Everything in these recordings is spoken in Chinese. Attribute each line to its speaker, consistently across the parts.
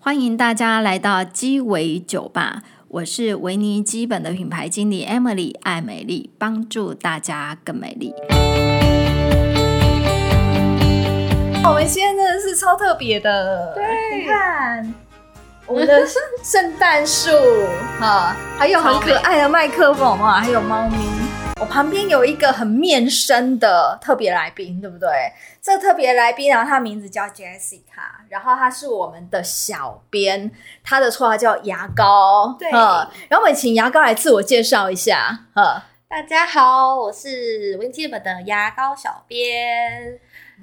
Speaker 1: 欢迎大家来到鸡尾酒吧，我是维尼基本的品牌经理 Emily 艾美丽，帮助大家更美丽。
Speaker 2: 我们今天真的是超特别的，
Speaker 3: 对
Speaker 2: 你看我们的圣诞树哈，还有很可爱的麦克风啊，还有猫咪。我旁边有一个很面生的特别来宾，对不对？这特别来宾，然啊后他名字叫 Jessica，然后他是我们的小编，他的绰号叫牙膏。
Speaker 3: 对
Speaker 2: 呵然后我们请牙膏来自我介绍一下。呃，
Speaker 3: 大家好，我是 Wintium 的牙膏小编。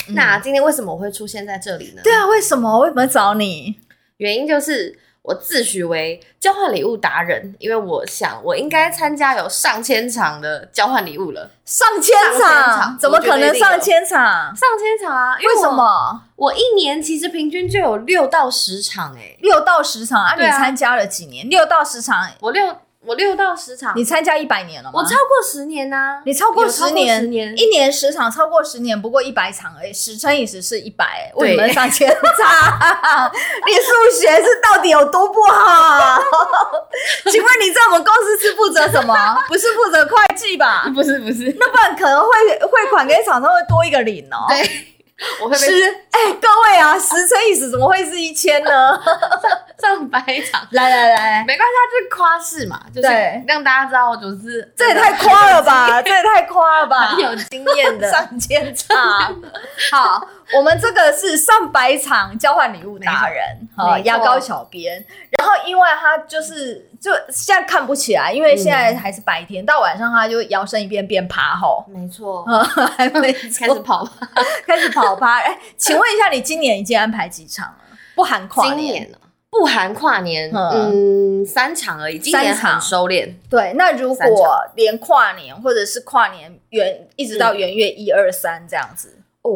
Speaker 3: 那今天为什么我会出现在这里呢？
Speaker 2: 对啊，为什么？为什么找你？
Speaker 3: 原因就是我自诩为交换礼物达人，因为我想我应该参加有上千场的交换礼物了，
Speaker 2: 上千场，
Speaker 3: 上千场
Speaker 2: 怎么
Speaker 3: 我觉得
Speaker 2: 可能
Speaker 3: 一定有
Speaker 2: 上千场？
Speaker 3: 上千场啊！因
Speaker 2: 为
Speaker 3: 我
Speaker 2: 什？么？
Speaker 3: 我一年其实平均就有六到十场哎、
Speaker 2: 六到十场啊？你
Speaker 3: 对啊
Speaker 2: 参加了几年？六到十场，
Speaker 3: 我六我六到十场，
Speaker 2: 你参加一百年了吗？
Speaker 3: 我超过十年呐、
Speaker 2: 你超过
Speaker 3: 有超
Speaker 2: 十
Speaker 3: 过
Speaker 2: 年，
Speaker 3: 十年
Speaker 2: 一年十场，超过十年，不过一百场而已，十乘以十是一百，为
Speaker 3: 对
Speaker 2: 什么上千场？ 你数学是到底有多不好？ 请问你在我们公司是负责什 么？不是负责会计吧？
Speaker 3: 不是不是，
Speaker 2: 那不然可能会汇款给厂商会多一个零哦。
Speaker 3: 对我会
Speaker 2: 十
Speaker 3: 被
Speaker 2: 哎、各位啊，十乘以十怎么会是一千呢？
Speaker 3: 上百场。
Speaker 2: 来来来，
Speaker 3: 没关系，它就是夸饰嘛，就是
Speaker 2: 对
Speaker 3: 让大家知道我就是
Speaker 2: 这也太夸了 吧！这也太夸了吧！
Speaker 3: 很有经验的。
Speaker 2: 上千场。啊好，我们这个是上百场交换礼物达人，好
Speaker 3: 没错
Speaker 2: 牙膏小编。然后因为他就是就现在看不起来，因为现在还是白天，到晚上他就摇身一变变趴吼。
Speaker 3: 没错，
Speaker 2: 呃 还没
Speaker 3: 开始跑吧。
Speaker 2: 开始跑趴，哎，请问一下，你今年已经安排几场了？不含跨
Speaker 3: 今年啊不含跨年，嗯，三场而已。今年
Speaker 2: 三场
Speaker 3: 很收敛，
Speaker 2: 对，那如
Speaker 3: 三
Speaker 2: 果连跨年或者是跨年元一直到元月一二三这样子，
Speaker 3: 哦，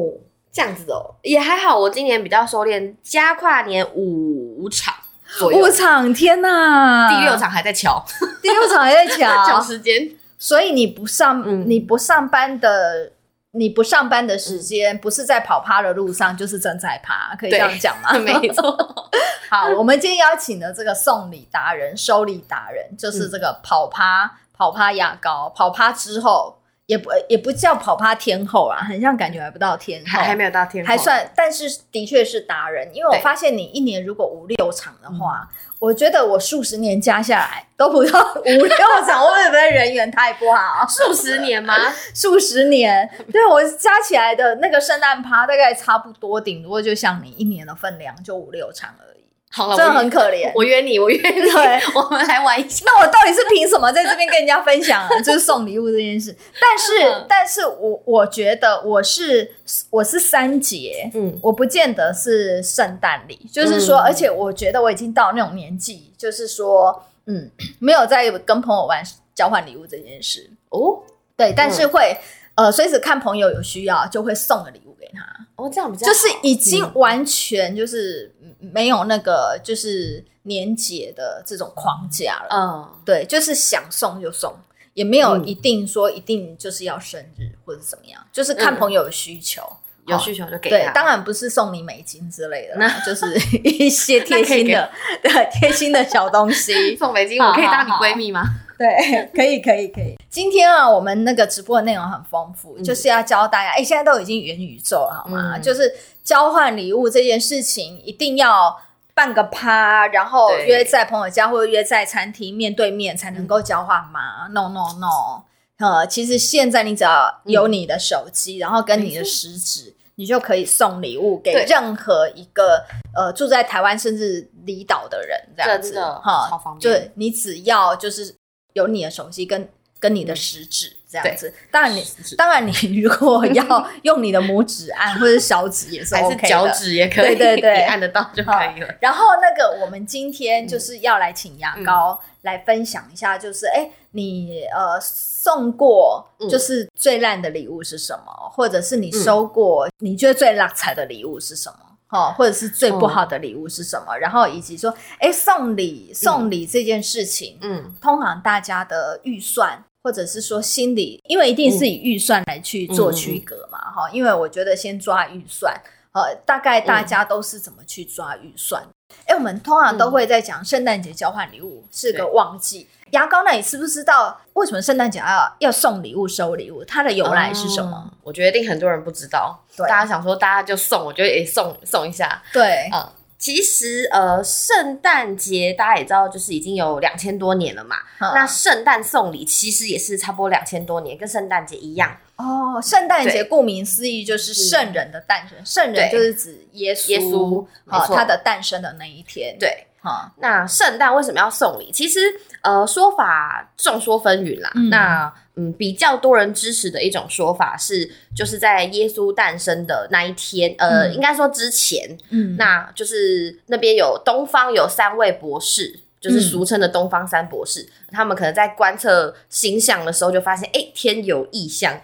Speaker 3: 这样子哦，也还好。我今年比较收敛，加跨年五五场左右，
Speaker 2: 场，天哪
Speaker 3: 第六，场还在瞧，
Speaker 2: 第六场还在
Speaker 3: 瞧
Speaker 2: 抢，
Speaker 3: 时间。
Speaker 2: 所以你不上、
Speaker 3: 嗯
Speaker 2: 你不上班的你不上班的时间，不是在跑趴的路上，就是正在趴，可以这
Speaker 3: 对
Speaker 2: 样讲吗？
Speaker 3: 没错，
Speaker 2: 好，我们今天邀请的这个送礼达人、收礼达人，
Speaker 3: 嗯
Speaker 2: 就是这个跑趴、跑趴牙膏、跑趴之后，也不也不叫跑趴天后啊，很像感觉还不到天后，
Speaker 3: 还还没有到天后，
Speaker 2: 还算，但是的确是达人，因为我
Speaker 3: 对
Speaker 2: 发现你一年如果五六场的话，
Speaker 3: 嗯
Speaker 2: 我觉得我数十年加下来都不到五六场，我会不会人缘太不好？
Speaker 3: 数十年吗？
Speaker 2: 数十年，对我加起来的那个圣诞趴大概差不多，顶多就像你一年的分量就五六场而已，
Speaker 3: 好了，
Speaker 2: 真的
Speaker 3: 我
Speaker 2: 很可怜。
Speaker 3: 我约你，我约你
Speaker 2: 对，
Speaker 3: 我们来玩一下。
Speaker 2: 那我到底是凭什么在这边跟人家分享啊？就是送礼物这件事，但是
Speaker 3: 嗯，
Speaker 2: 但是我我觉得我是我是三节，
Speaker 3: 嗯，
Speaker 2: 我不见得是圣诞礼，就是说，
Speaker 3: 嗯
Speaker 2: 而且我觉得我已经到那种年纪，就是说，嗯，没有在跟朋友玩交换礼物这件事，
Speaker 3: 哦，
Speaker 2: 对，但是会、呃随时看朋友有需要，就会送个礼物给他，
Speaker 3: 哦，这样比较好嗯
Speaker 2: 就是已经完全就是没有那个就是年节的这种框架了，
Speaker 3: 嗯，
Speaker 2: 对，就是想送就送。也没有
Speaker 3: 嗯
Speaker 2: 一定说一定就是要生日或者怎么样，就是看
Speaker 3: 嗯
Speaker 2: 朋友有需求，
Speaker 3: 有
Speaker 2: 好
Speaker 3: 需求就给
Speaker 2: 对
Speaker 3: 他，。
Speaker 2: 当然不是送你美金之类的 啦，就是一些贴心的、对贴心的小东西。
Speaker 3: 送北京，
Speaker 2: 好
Speaker 3: 我可以当你
Speaker 2: 好
Speaker 3: 闺蜜吗？
Speaker 2: 对，可以，可以，可以。今天啊，我们那个直播的内容很丰富，
Speaker 3: 嗯
Speaker 2: 就是要教大家，哎，现在都已经元宇宙了，好吗？
Speaker 3: 嗯
Speaker 2: 就是交换礼物这件事情，一定要。办个趴，然后
Speaker 3: 对
Speaker 2: 约在朋友家或者约在餐厅面对面才能够交换吗、n o No No，呃，其实现在你只要有你的手
Speaker 3: 嗯
Speaker 2: 机，然后跟你的食指，你就可以送礼物给
Speaker 3: 对
Speaker 2: 任何一个呃住在台湾甚至离岛的人，这样子
Speaker 3: 真的
Speaker 2: 哈，
Speaker 3: 超方便
Speaker 2: 对呃你只要就是有你的手机跟跟你
Speaker 3: 嗯
Speaker 2: 的食指这样子，当然你。
Speaker 3: 是
Speaker 2: 当然，你如果要 用你的拇指按或者小指也是
Speaker 3: 还
Speaker 2: OK
Speaker 3: 是
Speaker 2: 的。
Speaker 3: 脚趾也可
Speaker 2: 对
Speaker 3: 以，
Speaker 2: 对对
Speaker 3: 你按得到就可以了。
Speaker 2: 然后那个，我们今天
Speaker 3: 嗯
Speaker 2: 就是要来请牙膏来分享一下，就是哎、你呃送过
Speaker 3: 嗯
Speaker 2: 就是最烂的礼物是什么，或者是你收过你觉得最拉彩的礼物是什么？哦，或者是最
Speaker 3: 嗯
Speaker 2: 不好的礼物是什么？然后以及说，哎，送礼送礼这件事情，
Speaker 3: 嗯，
Speaker 2: 通常大家的预算，或者是说心理，因为一定是以预算来去做区隔
Speaker 3: 嗯
Speaker 2: 嘛，哈、因为我觉得先抓预算，呃，大概大家都是怎么去抓预算。哎、我们通常都会在讲圣诞节交换礼物是个旺季。
Speaker 3: 嗯
Speaker 2: 牙膏，那你知不知道为什么圣诞节要要送礼物、收礼物？它的由来是什么？
Speaker 3: 哦？我觉得一定很多人不知道，
Speaker 2: 对
Speaker 3: 大家想说大家就送，我觉得也送送一下。
Speaker 2: 对，
Speaker 3: 嗯，其实呃，圣诞节大家也知道，就是已经有两千多年了嘛。那
Speaker 2: 那
Speaker 3: 圣诞送礼其实也是差不多两千多年，跟圣诞节一样。
Speaker 2: 哦，圣诞节
Speaker 3: 对
Speaker 2: 顾名思义就是圣人的诞生，圣人
Speaker 3: 对
Speaker 2: 就是指耶稣，
Speaker 3: 耶稣
Speaker 2: 啊
Speaker 3: 没错
Speaker 2: 他的诞生的那一天，，
Speaker 3: 对，
Speaker 2: 哈，
Speaker 3: 那圣诞为什么要送礼？其实呃，说法众说纷纭啦。
Speaker 2: 嗯
Speaker 3: 那嗯，比较多人支持的一种说法是，就是在耶稣诞生的那一天，呃，
Speaker 2: 嗯
Speaker 3: 应该说之前，
Speaker 2: 嗯
Speaker 3: 那就是那边有东方有三位博士，就是俗称的东方三博士，
Speaker 2: 嗯
Speaker 3: 他们可能在观测星象的时候就发现，哎、天有异象，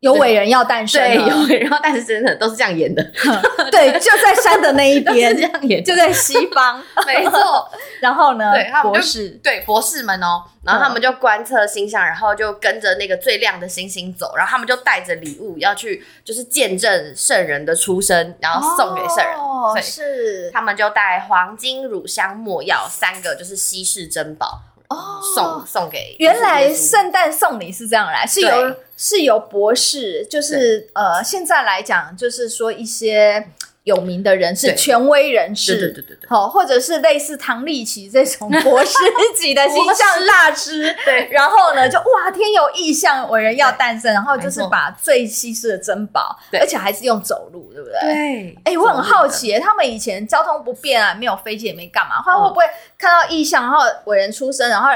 Speaker 2: 有伟人要诞生
Speaker 3: 对，
Speaker 2: 了，
Speaker 3: 有人，然后但是真的都是这样演的，
Speaker 2: 对，就在山的那一
Speaker 3: 都是这
Speaker 2: 边，
Speaker 3: 样演的，
Speaker 2: 就在西方，
Speaker 3: 没错。
Speaker 2: 然后呢
Speaker 3: 对，他们就
Speaker 2: 博士，嗯
Speaker 3: 对博士们哦，然后他们就观测星象，然后就跟着那个最亮的星星走，然后他们就带着礼物要去，就是见证圣人的出生，然后送给圣人。
Speaker 2: 哦
Speaker 3: 所以
Speaker 2: 是
Speaker 3: 他们就带黄金、乳香、没药三个，就是稀世珍宝，
Speaker 2: 哦
Speaker 3: 送送给
Speaker 2: 原来
Speaker 3: 就是耶稣
Speaker 2: 圣诞送礼是这样来，是由是由博士，就是呃，现在来讲，就是说一些有名的人士、
Speaker 3: 对
Speaker 2: 权威人
Speaker 3: 对对
Speaker 2: 士，
Speaker 3: 对对对
Speaker 2: 好，或者是类似唐立奇这种 博士级的形象大师，
Speaker 3: 对
Speaker 2: 然后呢，就哇，天有异象，伟人要诞生，然后就是
Speaker 3: 没错
Speaker 2: 把最稀世的珍宝，
Speaker 3: 对
Speaker 2: 而且还是用走路，对不对？
Speaker 3: 对，
Speaker 2: 哎、我很好奇耶，他们以前交通不便啊，没有飞机也没干嘛，他会
Speaker 3: 嗯
Speaker 2: 不会看到异象，然后伟人出生，然后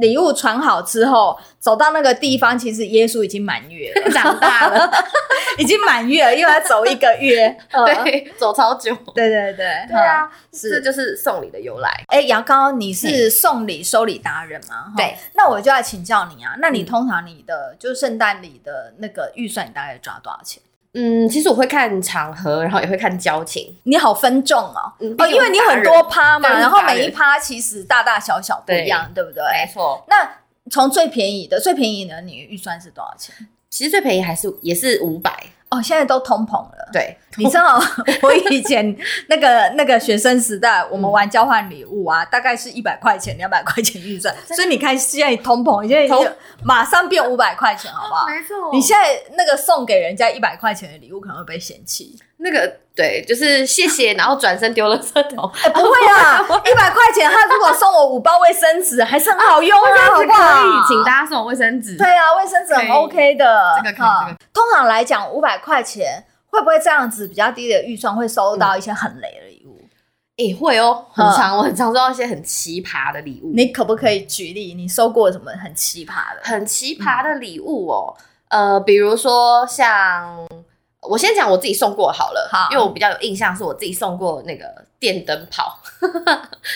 Speaker 2: 礼物传好之后，走到那个地方，其实耶稣已经满月了，
Speaker 3: 长大了，
Speaker 2: 已经满月了，又要走一个月。嗯
Speaker 3: 对，走超久，
Speaker 2: 对对对，
Speaker 3: 对啊，
Speaker 2: 是
Speaker 3: 这就是送礼的由来。
Speaker 2: 哎、牙膏，你是送礼收礼达人吗？哈
Speaker 3: 对，
Speaker 2: 那我就要请教你啊，那你通常你的、就是圣诞礼的那个预算，你大概抓多少钱？
Speaker 3: 嗯，其实我会看场合，然后也会看交情。
Speaker 2: 你好分众哦，
Speaker 3: 嗯
Speaker 2: 哦，因为你很多趴嘛，
Speaker 3: 对
Speaker 2: 然后
Speaker 3: 达人
Speaker 2: 每一趴其实大大小小不一样，对不对？
Speaker 3: 没错，
Speaker 2: 那从最便宜的，最便宜的你预算是多少钱？
Speaker 3: 其实最便宜还是也是五百，
Speaker 2: 哦，现在都通膨了。
Speaker 3: 对，
Speaker 2: 你知 道我以前那个那个学生时代，我们玩交换礼物
Speaker 3: 嗯
Speaker 2: 啊，大概是一百块钱、两百块钱预算，所以你看现在通膨，现在
Speaker 3: 通哦
Speaker 2: 就马上变五百块钱，好不好？
Speaker 3: 错
Speaker 2: 你现在那个送给人家一百块钱的礼物可能会被嫌弃，
Speaker 3: 那个对，就是谢 谢，然后转身丢了这 头，
Speaker 2: 哎不会啊，一百块钱他如果送我五包卫生纸，还是很好用啊，好
Speaker 3: 哎这
Speaker 2: 不
Speaker 3: 个可
Speaker 2: 好？
Speaker 3: 以，请大家送我卫生纸。
Speaker 2: 对啊，卫生纸很
Speaker 3: 可以
Speaker 2: OK 的，
Speaker 3: 这个可以
Speaker 2: 哈
Speaker 3: 这个
Speaker 2: 通常来讲，五百块钱会不会这样子比较低的预算会收
Speaker 3: 嗯
Speaker 2: 到一些很雷的礼物？
Speaker 3: 诶、会哦，很
Speaker 2: 嗯
Speaker 3: 常，我很常收到一些很奇葩的礼物，
Speaker 2: 你可不可以举例？你收过什么很奇葩的？
Speaker 3: 很奇葩的礼物哦，呃，比如说像我先讲我自己送过好了，
Speaker 2: 好
Speaker 3: 因为我比较有印象，是我自己送过那个电灯泡，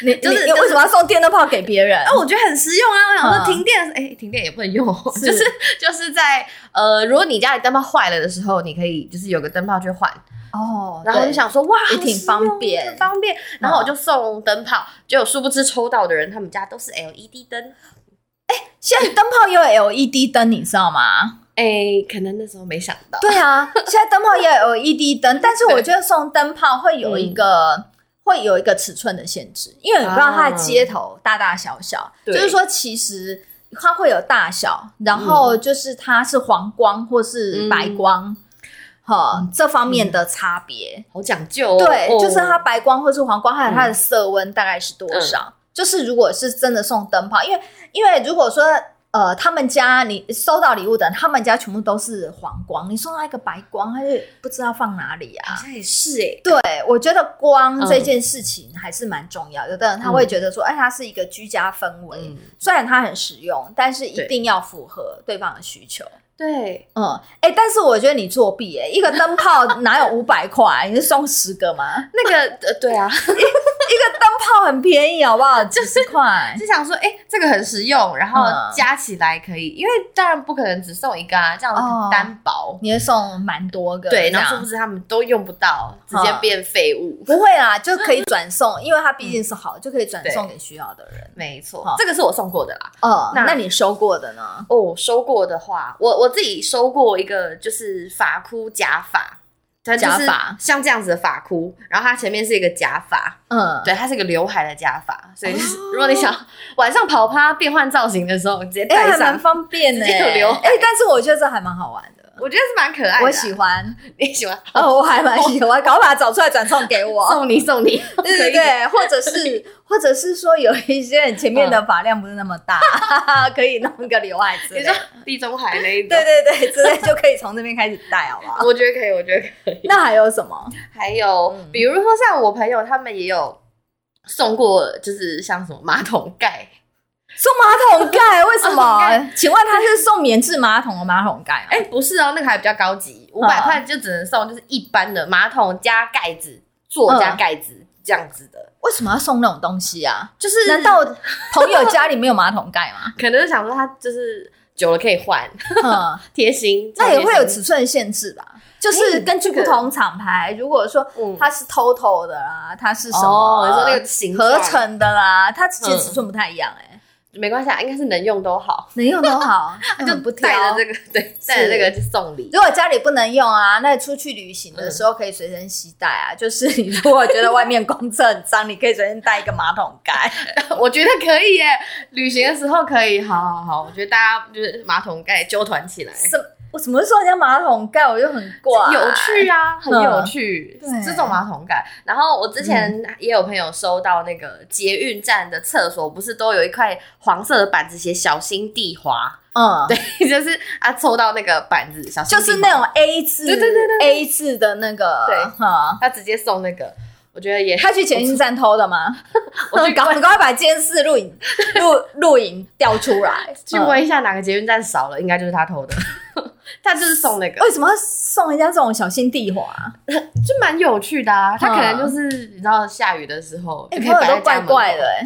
Speaker 2: 你
Speaker 3: 就是
Speaker 2: 你
Speaker 3: 就是
Speaker 2: 为什么要送电灯泡给别 人？
Speaker 3: 啊，我觉得很实用啊！我想说
Speaker 2: 嗯
Speaker 3: 停电， 哎、停电也不能用哦，
Speaker 2: 是
Speaker 3: 就是就是在呃，如果你家里灯泡坏了的时候，你可以就是有个灯泡去换。
Speaker 2: 哦，
Speaker 3: 然后我就
Speaker 2: 对，
Speaker 3: 想说，哇，
Speaker 2: 也
Speaker 3: 好
Speaker 2: 挺
Speaker 3: 实
Speaker 2: 方
Speaker 3: 用
Speaker 2: 便
Speaker 3: 很方便。嗯然后我就送灯泡，结果殊不知抽到的人，他们家都是 LED 灯。
Speaker 2: 现在灯泡也有 LED 灯，你知道吗？
Speaker 3: 哎，可能那时候没想到，
Speaker 2: 对啊，现在灯泡也有 LED 灯，但是我觉得送灯泡会有一个、会有一个尺寸的限制，因为你不知道它的接头大大小小，
Speaker 3: 对
Speaker 2: 就是说其实它会有大小，然后就是它是黄光或是白光，哈、这方面的差别。
Speaker 3: 好讲究哦。
Speaker 2: 对，
Speaker 3: 哦嗯
Speaker 2: 就是它白光或是黄光，还有它的色温大概是多少？就是如果是真的送灯泡，因为因为如果说呃他们家你收到礼物的人，他们家全部都是黄光，你送他一个白光，他就不知道放哪里
Speaker 3: 好
Speaker 2: 啊。
Speaker 3: 像也是哎，
Speaker 2: 对，我觉得光
Speaker 3: 嗯
Speaker 2: 这件事情还是蛮重要。有的人他会觉得说，哎，它是一个居家氛围，
Speaker 3: 嗯，
Speaker 2: 虽然它很实用，但是一
Speaker 3: 对
Speaker 2: 定要符合对方的需求。
Speaker 3: 对，
Speaker 2: 嗯，哎、但是我觉得你作弊、哎，一个灯泡哪有五百块？你是送十个吗？
Speaker 3: 那个呃，对 啊，
Speaker 2: 一个灯泡很便宜，好不 好？几十块。
Speaker 3: 就想说，哎，这个很实用，然后
Speaker 2: 嗯
Speaker 3: 加起来可以，因为当然不可能只送一个啊，这样
Speaker 2: 哦
Speaker 3: 很单薄。
Speaker 2: 你会送蛮多个，
Speaker 3: 对，
Speaker 2: 这
Speaker 3: 然后殊
Speaker 2: 样
Speaker 3: 不知他们都用不到，直接
Speaker 2: 嗯
Speaker 3: 变废物。
Speaker 2: 不会啦，就可以转送，因为它毕竟是好，就可以转送给需要的人。
Speaker 3: 没错
Speaker 2: 好，
Speaker 3: 这个是我送过的啦。
Speaker 2: 哦，
Speaker 3: 那
Speaker 2: 那你收过的呢？
Speaker 3: 哦，收过的话，我我自己收过一个，就是发箍假发，它就
Speaker 2: 假
Speaker 3: 是
Speaker 2: 发
Speaker 3: 像这样子的发箍，然后它前面是一个假发，
Speaker 2: 嗯，
Speaker 3: 对，它是一个刘海的假发，所以就是
Speaker 2: 哦
Speaker 3: 如果你想晚上跑趴变换造型的时候，你直接
Speaker 2: 哎、
Speaker 3: 戴
Speaker 2: 还
Speaker 3: 上
Speaker 2: 蛮，方便的、
Speaker 3: 直接有刘海
Speaker 2: 哎、但是我觉得这还蛮好玩的，
Speaker 3: 我觉得是蛮可爱的啊。
Speaker 2: 我喜欢，
Speaker 3: 你喜欢，哦
Speaker 2: 哦，我还蛮喜欢，赶快把它找出来转 送给我。
Speaker 3: 送你送你，
Speaker 2: 对对对，或者是 或者是说有一些人前面的发量不是那么大， 可以弄个刘海之
Speaker 3: 可以，
Speaker 2: 类
Speaker 3: 你
Speaker 2: 的
Speaker 3: 说。地中海那一种，
Speaker 2: 对对对，之类就可以从这边开始戴，好不 好？
Speaker 3: 我觉得可以，我觉得可以。
Speaker 2: 那还有什么？
Speaker 3: 还有、
Speaker 2: 嗯
Speaker 3: 比如说像我朋友他们也有送过，就是像什么马桶盖，
Speaker 2: 送马桶盖？为什
Speaker 3: 马桶
Speaker 2: 么？请问他是送棉质马桶的马桶盖吗？
Speaker 3: 哎、不是哦，那个还比较高级，
Speaker 2: 嗯
Speaker 3: 五百块就只能送就是一般的马桶加盖子、
Speaker 2: 嗯
Speaker 3: 座加盖子、这样子的，
Speaker 2: 为什么要送那种东西啊？
Speaker 3: 就是
Speaker 2: 难道朋友家里没有马桶盖吗？
Speaker 3: 可能是想说他就是久了可以换，
Speaker 2: 嗯，
Speaker 3: 贴心，
Speaker 2: 那也会有
Speaker 3: 超贴心
Speaker 2: 尺寸限制吧？就是根据不同厂牌，如果说
Speaker 3: 嗯
Speaker 2: 它是 Total 的啦，它是什么？
Speaker 3: 哦，
Speaker 2: 啊
Speaker 3: 你说那个形状
Speaker 2: 合成的啦，它其实尺寸不太一样哎、
Speaker 3: 没关系，啊，应该是能用都好，
Speaker 2: 能用都 好，就
Speaker 3: 就
Speaker 2: 不挑。
Speaker 3: 带着这个对，带着这个去送礼。
Speaker 2: 如果家里不能用啊，那出去旅行的时候可以随身携带啊。就是你如果觉得外面公厕很脏，你可以随身带一个马桶盖。
Speaker 3: 我觉得可以耶，旅行的时候可以，好好好，我觉得大家就是马桶盖纠团起来，
Speaker 2: 什我什么时候人家马桶盖，我就很怪。
Speaker 3: 有趣啊，很有趣，
Speaker 2: 对
Speaker 3: 这种马桶盖。然后我之前
Speaker 2: 嗯
Speaker 3: 也有朋友收到那个捷运站的厕所，不是都有一块黄色的板子写“小心地滑
Speaker 2: 嗯，”，
Speaker 3: 对，就是啊，抽到那个板子，小心
Speaker 2: 就
Speaker 3: 地滑
Speaker 2: 是那种 A 字，
Speaker 3: 对对对对
Speaker 2: a 字的那个，
Speaker 3: 对
Speaker 2: 嗯。
Speaker 3: 他直接送那个，我觉得也
Speaker 2: 他去捷运站偷的吗？
Speaker 3: 我去
Speaker 2: 赶快赶快把监视录 影录录影调出来。
Speaker 3: 去问一下哪个捷运站少了，应该就是他偷的， 他就是送那个
Speaker 2: 嗯，为什么要送人家这种小心地滑？
Speaker 3: 就蛮有趣的啊。他
Speaker 2: 嗯
Speaker 3: 可能就是你知道下雨的时候，
Speaker 2: 哎、
Speaker 3: 就
Speaker 2: 欸，朋
Speaker 3: 可以
Speaker 2: 友都
Speaker 3: 摆在家
Speaker 2: 怪
Speaker 3: 门口
Speaker 2: 怪的、，欸，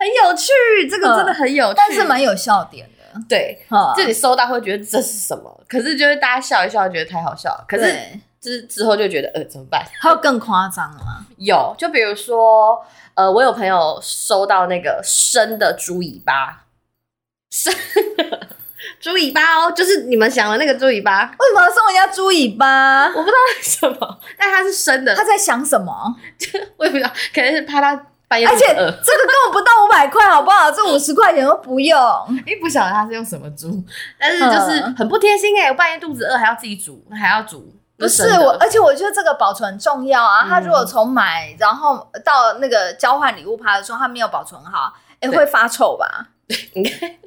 Speaker 3: 很有趣，这个
Speaker 2: 嗯
Speaker 3: 真的很有趣，
Speaker 2: 但是蛮有笑点的。
Speaker 3: 对。
Speaker 2: 哈
Speaker 3: 就你收到会觉得这是什么，可是就是大家笑一笑，觉得太好笑了。可是
Speaker 2: 对
Speaker 3: 就是之后就觉得，呃，怎么办？
Speaker 2: 还有更夸张的吗？
Speaker 3: 有，就比如说，呃，我有朋友收到那个生的猪尾巴，生的 猪尾巴哦，就是你们想的那个猪尾巴，
Speaker 2: 为什么要送人家猪尾巴？
Speaker 3: 我不知道为 什么，但它是生的
Speaker 2: 他，在想什么？
Speaker 3: 我也不知道，可能是怕它半夜
Speaker 2: 而且这
Speaker 3: 肚
Speaker 2: 个
Speaker 3: 子饿
Speaker 2: 根本不到五百块，好不好？这五十块钱都不用。
Speaker 3: 因哎为不晓得它是用什么猪，但是就是
Speaker 2: 嗯
Speaker 3: 很不贴心哎、我半夜肚子饿还要自己煮，还要煮，
Speaker 2: 不是
Speaker 3: 生的
Speaker 2: 我，而且我觉得这个保存很重要啊。
Speaker 3: 嗯
Speaker 2: 他如果从买然后到那个交换礼物趴的时候，他没有保存好，哎、
Speaker 3: 对
Speaker 2: 会发臭吧？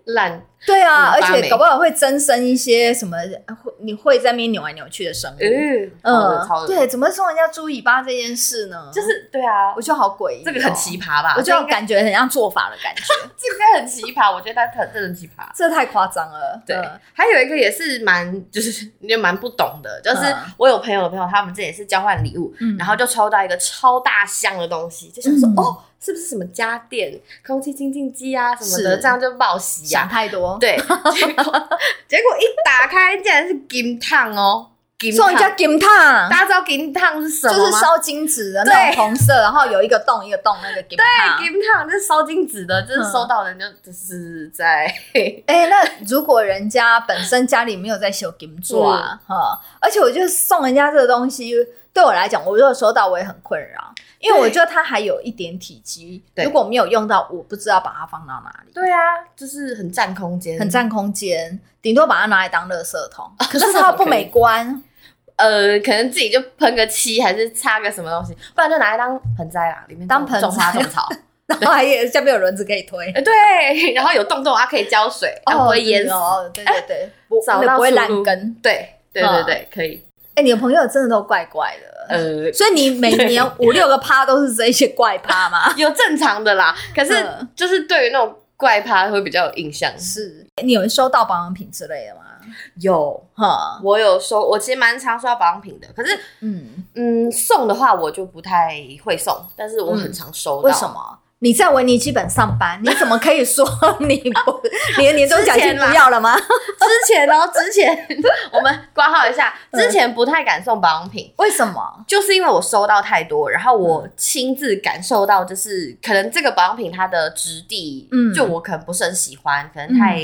Speaker 3: 烂
Speaker 2: 对啊，
Speaker 3: 嗯
Speaker 2: 而
Speaker 3: 发霉
Speaker 2: 且搞不好会增生一些什么，会你会在那边扭来扭去的生物。
Speaker 3: 嗯，
Speaker 2: 嗯
Speaker 3: 超恶，
Speaker 2: 对，怎么送人家猪尾巴这件事呢？
Speaker 3: 就是对啊
Speaker 2: 我，觉得好诡异、哦
Speaker 3: 这个很奇，葩吧？
Speaker 2: 我
Speaker 3: 这
Speaker 2: 就
Speaker 3: 应该
Speaker 2: 感觉很像做法的 感觉，
Speaker 3: 这个应该很奇葩，我觉得它很真的奇葩。
Speaker 2: 这太夸张了。
Speaker 3: 对
Speaker 2: 嗯，
Speaker 3: 还有一个也是蛮，就是也蛮不懂的，就是
Speaker 2: 嗯
Speaker 3: 我有朋友的朋友，他们这也是交换礼物，
Speaker 2: 嗯
Speaker 3: 然后就抽到一个超大箱的东西，就想说、
Speaker 2: 嗯
Speaker 3: 哦，是不是什么家电、空气清净机啊什么的，
Speaker 2: 是
Speaker 3: 这样就报喜
Speaker 2: 想
Speaker 3: 呀、
Speaker 2: 太多，
Speaker 3: 对，结果结果一打开竟然是金烫哦，金
Speaker 2: 送人家
Speaker 3: 烫，
Speaker 2: 金烫，
Speaker 3: 大家知道金烫是什
Speaker 2: 就
Speaker 3: 么吗？
Speaker 2: 是烧金纸的
Speaker 3: 对
Speaker 2: 那种红色，然后有一个洞一个洞那个金烫。
Speaker 3: 金烫，就是烧金纸的，就是
Speaker 2: 嗯
Speaker 3: 收到的人就就是在
Speaker 2: 哎、那如果人家本身家里没有在修金做啊，
Speaker 3: 嗯
Speaker 2: 哈、而且我觉得送人家这个东西，对我来讲，我如果收到我也很困扰，因为我觉得它还有一点体积，
Speaker 3: 对
Speaker 2: 如果没有用到，我不知道把它放到哪里，
Speaker 3: 对啊，就是很占空间，
Speaker 2: 很。占空间，顶多把它拿来当垃圾桶， 可
Speaker 3: 啊垃圾
Speaker 2: 是
Speaker 3: 桶
Speaker 2: 它
Speaker 3: 可
Speaker 2: 不
Speaker 3: 以
Speaker 2: 美观，
Speaker 3: 呃，可能自己就喷个漆，还是擦个什么东西，不然就拿来当盆栽啦，里面
Speaker 2: 当
Speaker 3: 种
Speaker 2: 盆栽
Speaker 3: 种花种 草。
Speaker 2: 然后还有下面有轮子可以推。
Speaker 3: 哎，对，然后有洞洞啊，可以浇 水，啊不会淹死。
Speaker 2: 哦，对对对，
Speaker 3: 不
Speaker 2: 那不会烂根。
Speaker 3: 对对对
Speaker 2: 嗯
Speaker 3: 对，可以。
Speaker 2: 哎、你的朋友真的都怪怪的，
Speaker 3: 呃，
Speaker 2: 所以你每 年五六个趴都是这些怪趴吗？
Speaker 3: 有正常的啦，可是
Speaker 2: 嗯
Speaker 3: 就是对于那种怪咖会比较有印象。
Speaker 2: 是你有收到保养品之类的吗？
Speaker 3: 有，
Speaker 2: 哈，
Speaker 3: 我有收，我其实蛮常收到保养品的，可是
Speaker 2: 嗯，
Speaker 3: 嗯，送的话我就不太会送，但是我很常收到。
Speaker 2: 为什？么？你在维尼基本上班，你怎么可以说你 不你的年终奖金不要了吗？
Speaker 3: 之前哦，之前 我们挂号一下，
Speaker 2: 嗯
Speaker 3: 之前不太敢送保养品，
Speaker 2: 为什么？
Speaker 3: 就是因为我收到太多，然后我亲自感受到，就是可能这个保养品它的质地，
Speaker 2: 嗯
Speaker 3: 就我可能不是很喜欢，可能太、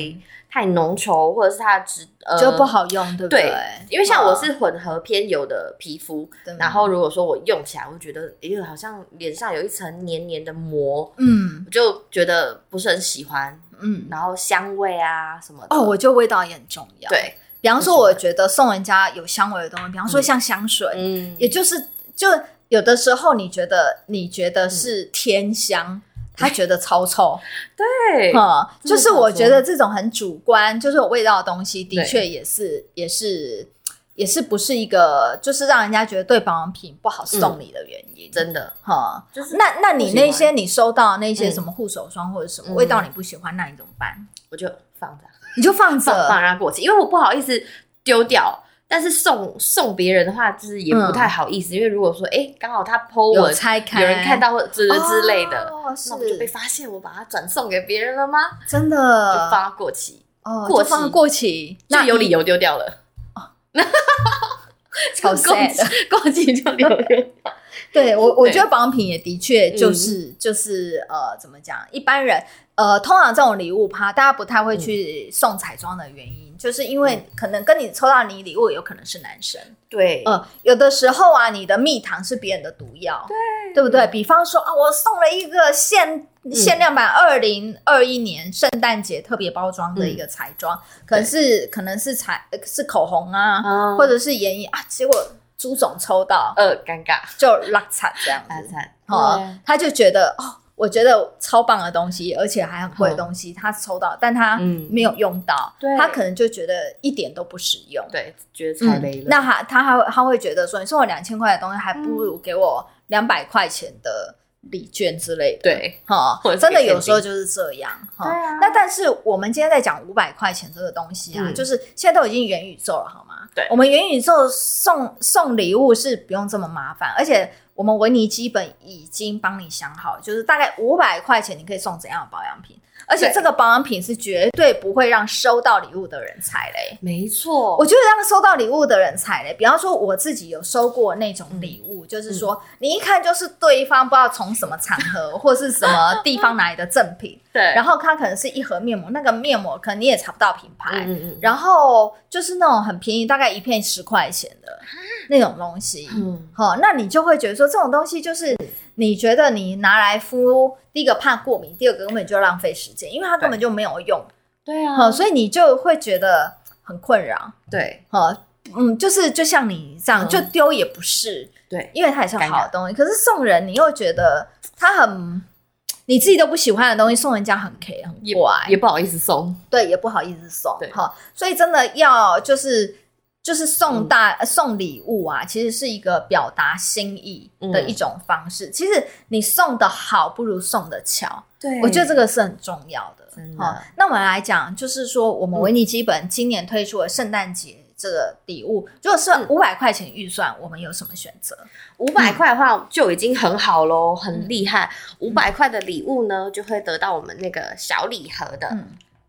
Speaker 3: 太浓稠，或者是它的质呃
Speaker 2: 就不。好用，对不
Speaker 3: 对
Speaker 2: 对？，
Speaker 3: 因为像我
Speaker 2: 嗯
Speaker 3: 是混合偏油的皮肤，
Speaker 2: 对
Speaker 3: 然后如果说我用起来，我会觉得，哎呦，好像脸上有一层黏黏的膜，
Speaker 2: 嗯
Speaker 3: 我就觉得不是很喜欢。
Speaker 2: 嗯，
Speaker 3: 然后香味啊什么的，
Speaker 2: 哦，我觉得味道也很重要。，
Speaker 3: 对，
Speaker 2: 比方说，我觉得送人家有香味的东西，比方说像香水，
Speaker 3: 嗯，
Speaker 2: 也就是就有的时候你觉得你觉
Speaker 3: 嗯
Speaker 2: 得是天 香，他觉得超臭，
Speaker 3: 对，
Speaker 2: 嗯，
Speaker 3: 真
Speaker 2: 就
Speaker 3: 的
Speaker 2: 是
Speaker 3: 这么
Speaker 2: 我
Speaker 3: 说
Speaker 2: 觉得这种很主观，就是有味道的东西，的
Speaker 3: 对
Speaker 2: 确也是也是也是不是一个就是让人家觉得对保养品不好送你的原因，
Speaker 3: 嗯真的
Speaker 2: 哈。
Speaker 3: 就是
Speaker 2: 那那你
Speaker 3: 不喜欢
Speaker 2: 那些你收到那些
Speaker 3: 嗯
Speaker 2: 什么护手霜或者什么
Speaker 3: 嗯
Speaker 2: 味道你不喜欢，那你怎么办？
Speaker 3: 我就放着，
Speaker 2: 你就放
Speaker 3: 放放
Speaker 2: 着，
Speaker 3: 让它过期，因为我不好意思丢掉。但是送送别人的话，就是也不太好意思，因为如果说哎，刚好他 PO
Speaker 2: 嗯有
Speaker 3: 我，
Speaker 2: 拆开，
Speaker 3: 有人看到或之之类的，
Speaker 2: 哦，
Speaker 3: 那我就
Speaker 2: 是
Speaker 3: 被发现我把它转送给别人了吗？
Speaker 2: 真
Speaker 3: 就
Speaker 2: 的
Speaker 3: 放它过期，
Speaker 2: 哦，
Speaker 3: 过
Speaker 2: 就放
Speaker 3: 期
Speaker 2: 过期，
Speaker 3: 那
Speaker 2: 那
Speaker 3: 有
Speaker 2: 你
Speaker 3: 理由丢掉 了。
Speaker 2: 好
Speaker 3: 过期
Speaker 2: sad。
Speaker 3: 过期 就丢掉。
Speaker 2: 对我，我
Speaker 3: 对嗯
Speaker 2: 觉得保养品也的确就是、就是呃，怎么讲？一般人呃，通常这种礼物趴，大家不太会
Speaker 3: 嗯
Speaker 2: 去送彩妆的原因，就是因为可能跟你抽到你礼物有可能是男生，
Speaker 3: 对，
Speaker 2: 呃，有的时候啊，你的蜜糖是别人的毒药，对对不对？比方说啊，我送了一个限
Speaker 3: 嗯
Speaker 2: 限量版二零二一年圣诞节特别包装的一个
Speaker 3: 嗯
Speaker 2: 彩妆，可能是可能是彩呃是口红啊，
Speaker 3: 嗯
Speaker 2: 或者是眼影啊，结果朱总抽到
Speaker 3: 呃，尴尬，
Speaker 2: 就拉惨这样
Speaker 3: 大
Speaker 2: 子，
Speaker 3: 餐
Speaker 2: 哦，他就觉得哦，我觉得哦超棒的东西，而且还很贵的东西，他抽到，但他
Speaker 3: 嗯
Speaker 2: 没有用到，
Speaker 3: 对
Speaker 2: 他可能就觉得一点都不实用，
Speaker 3: 对，觉得
Speaker 2: 嗯，
Speaker 3: 太累了。
Speaker 2: 那他他还会他会觉得说，你送我两千块的东西，还不
Speaker 3: 嗯
Speaker 2: 如给我两百块钱的礼券之类的，
Speaker 3: 对，
Speaker 2: 哈
Speaker 3: 或者，是
Speaker 2: 真的
Speaker 3: 给现
Speaker 2: 有时候
Speaker 3: 金
Speaker 2: 就是这样哈。
Speaker 3: 对啊
Speaker 2: 那但是我们今天在讲五百块钱这个东西啊，
Speaker 3: 嗯
Speaker 2: 就是现在都已经元宇宙了，好吗？
Speaker 3: 对
Speaker 2: 我们元宇宙送送礼物是不用这么麻烦，而且我们维尼基本已经帮你想好，就是大概五百块钱你可以送怎样的保养品，而且
Speaker 3: 对
Speaker 2: 这个保养品是绝对不会让收到礼物的人踩雷。
Speaker 3: 没错，
Speaker 2: 我觉得让收到礼物的人踩雷，比方说我自己有收过那种
Speaker 3: 嗯
Speaker 2: 礼物，就是说、你一看就是对方不知道从什么场合 或是什么地方来的赠品，
Speaker 3: 对，
Speaker 2: 然
Speaker 3: 后
Speaker 2: 后它可能是一盒面膜，那个面膜可能你也查不到品牌，
Speaker 3: 嗯嗯
Speaker 2: 然后就是那种很便宜，大概一片十块钱的那种东西。
Speaker 3: 嗯，
Speaker 2: 好、那你就会觉得说这种东西就是你觉得你拿来敷，第一个怕过敏，第二个根本就浪费时间，因为它根本就没有用，
Speaker 3: 对啊，
Speaker 2: 好、所以你就会觉得很困扰。
Speaker 3: 对
Speaker 2: 哦，嗯，就是就像你这样，
Speaker 3: 嗯
Speaker 2: 就丢也不是，
Speaker 3: 对，
Speaker 2: 因为它也是
Speaker 3: 尴
Speaker 2: 好
Speaker 3: 尬
Speaker 2: 东西。可是送人，你又觉得它很你自己都不喜欢的东西，送人家很 K 很
Speaker 3: 也
Speaker 2: 怪，
Speaker 3: 也不好意思送。
Speaker 2: 对，也不好意思送
Speaker 3: 对
Speaker 2: 哈、所以真的要就是就是
Speaker 3: 嗯
Speaker 2: 送大、呃送礼物啊，其实是一个表达心意
Speaker 3: 嗯
Speaker 2: 的一种方式。其实你送的好，不如送的巧。
Speaker 3: 对
Speaker 2: 我觉得这个是很重要的。
Speaker 3: 嗯真的嗯
Speaker 2: 好、那我们来讲，就是说我们维尼基本今年推出的圣诞节这个礼物，如果是
Speaker 3: 嗯
Speaker 2: 五百块钱预算，我们有什么选择？
Speaker 3: 五
Speaker 2: 嗯
Speaker 3: 百块的话就已经很好喽，很厉害。五百块的礼物呢，就会得到我们那个小礼盒的，
Speaker 2: 嗯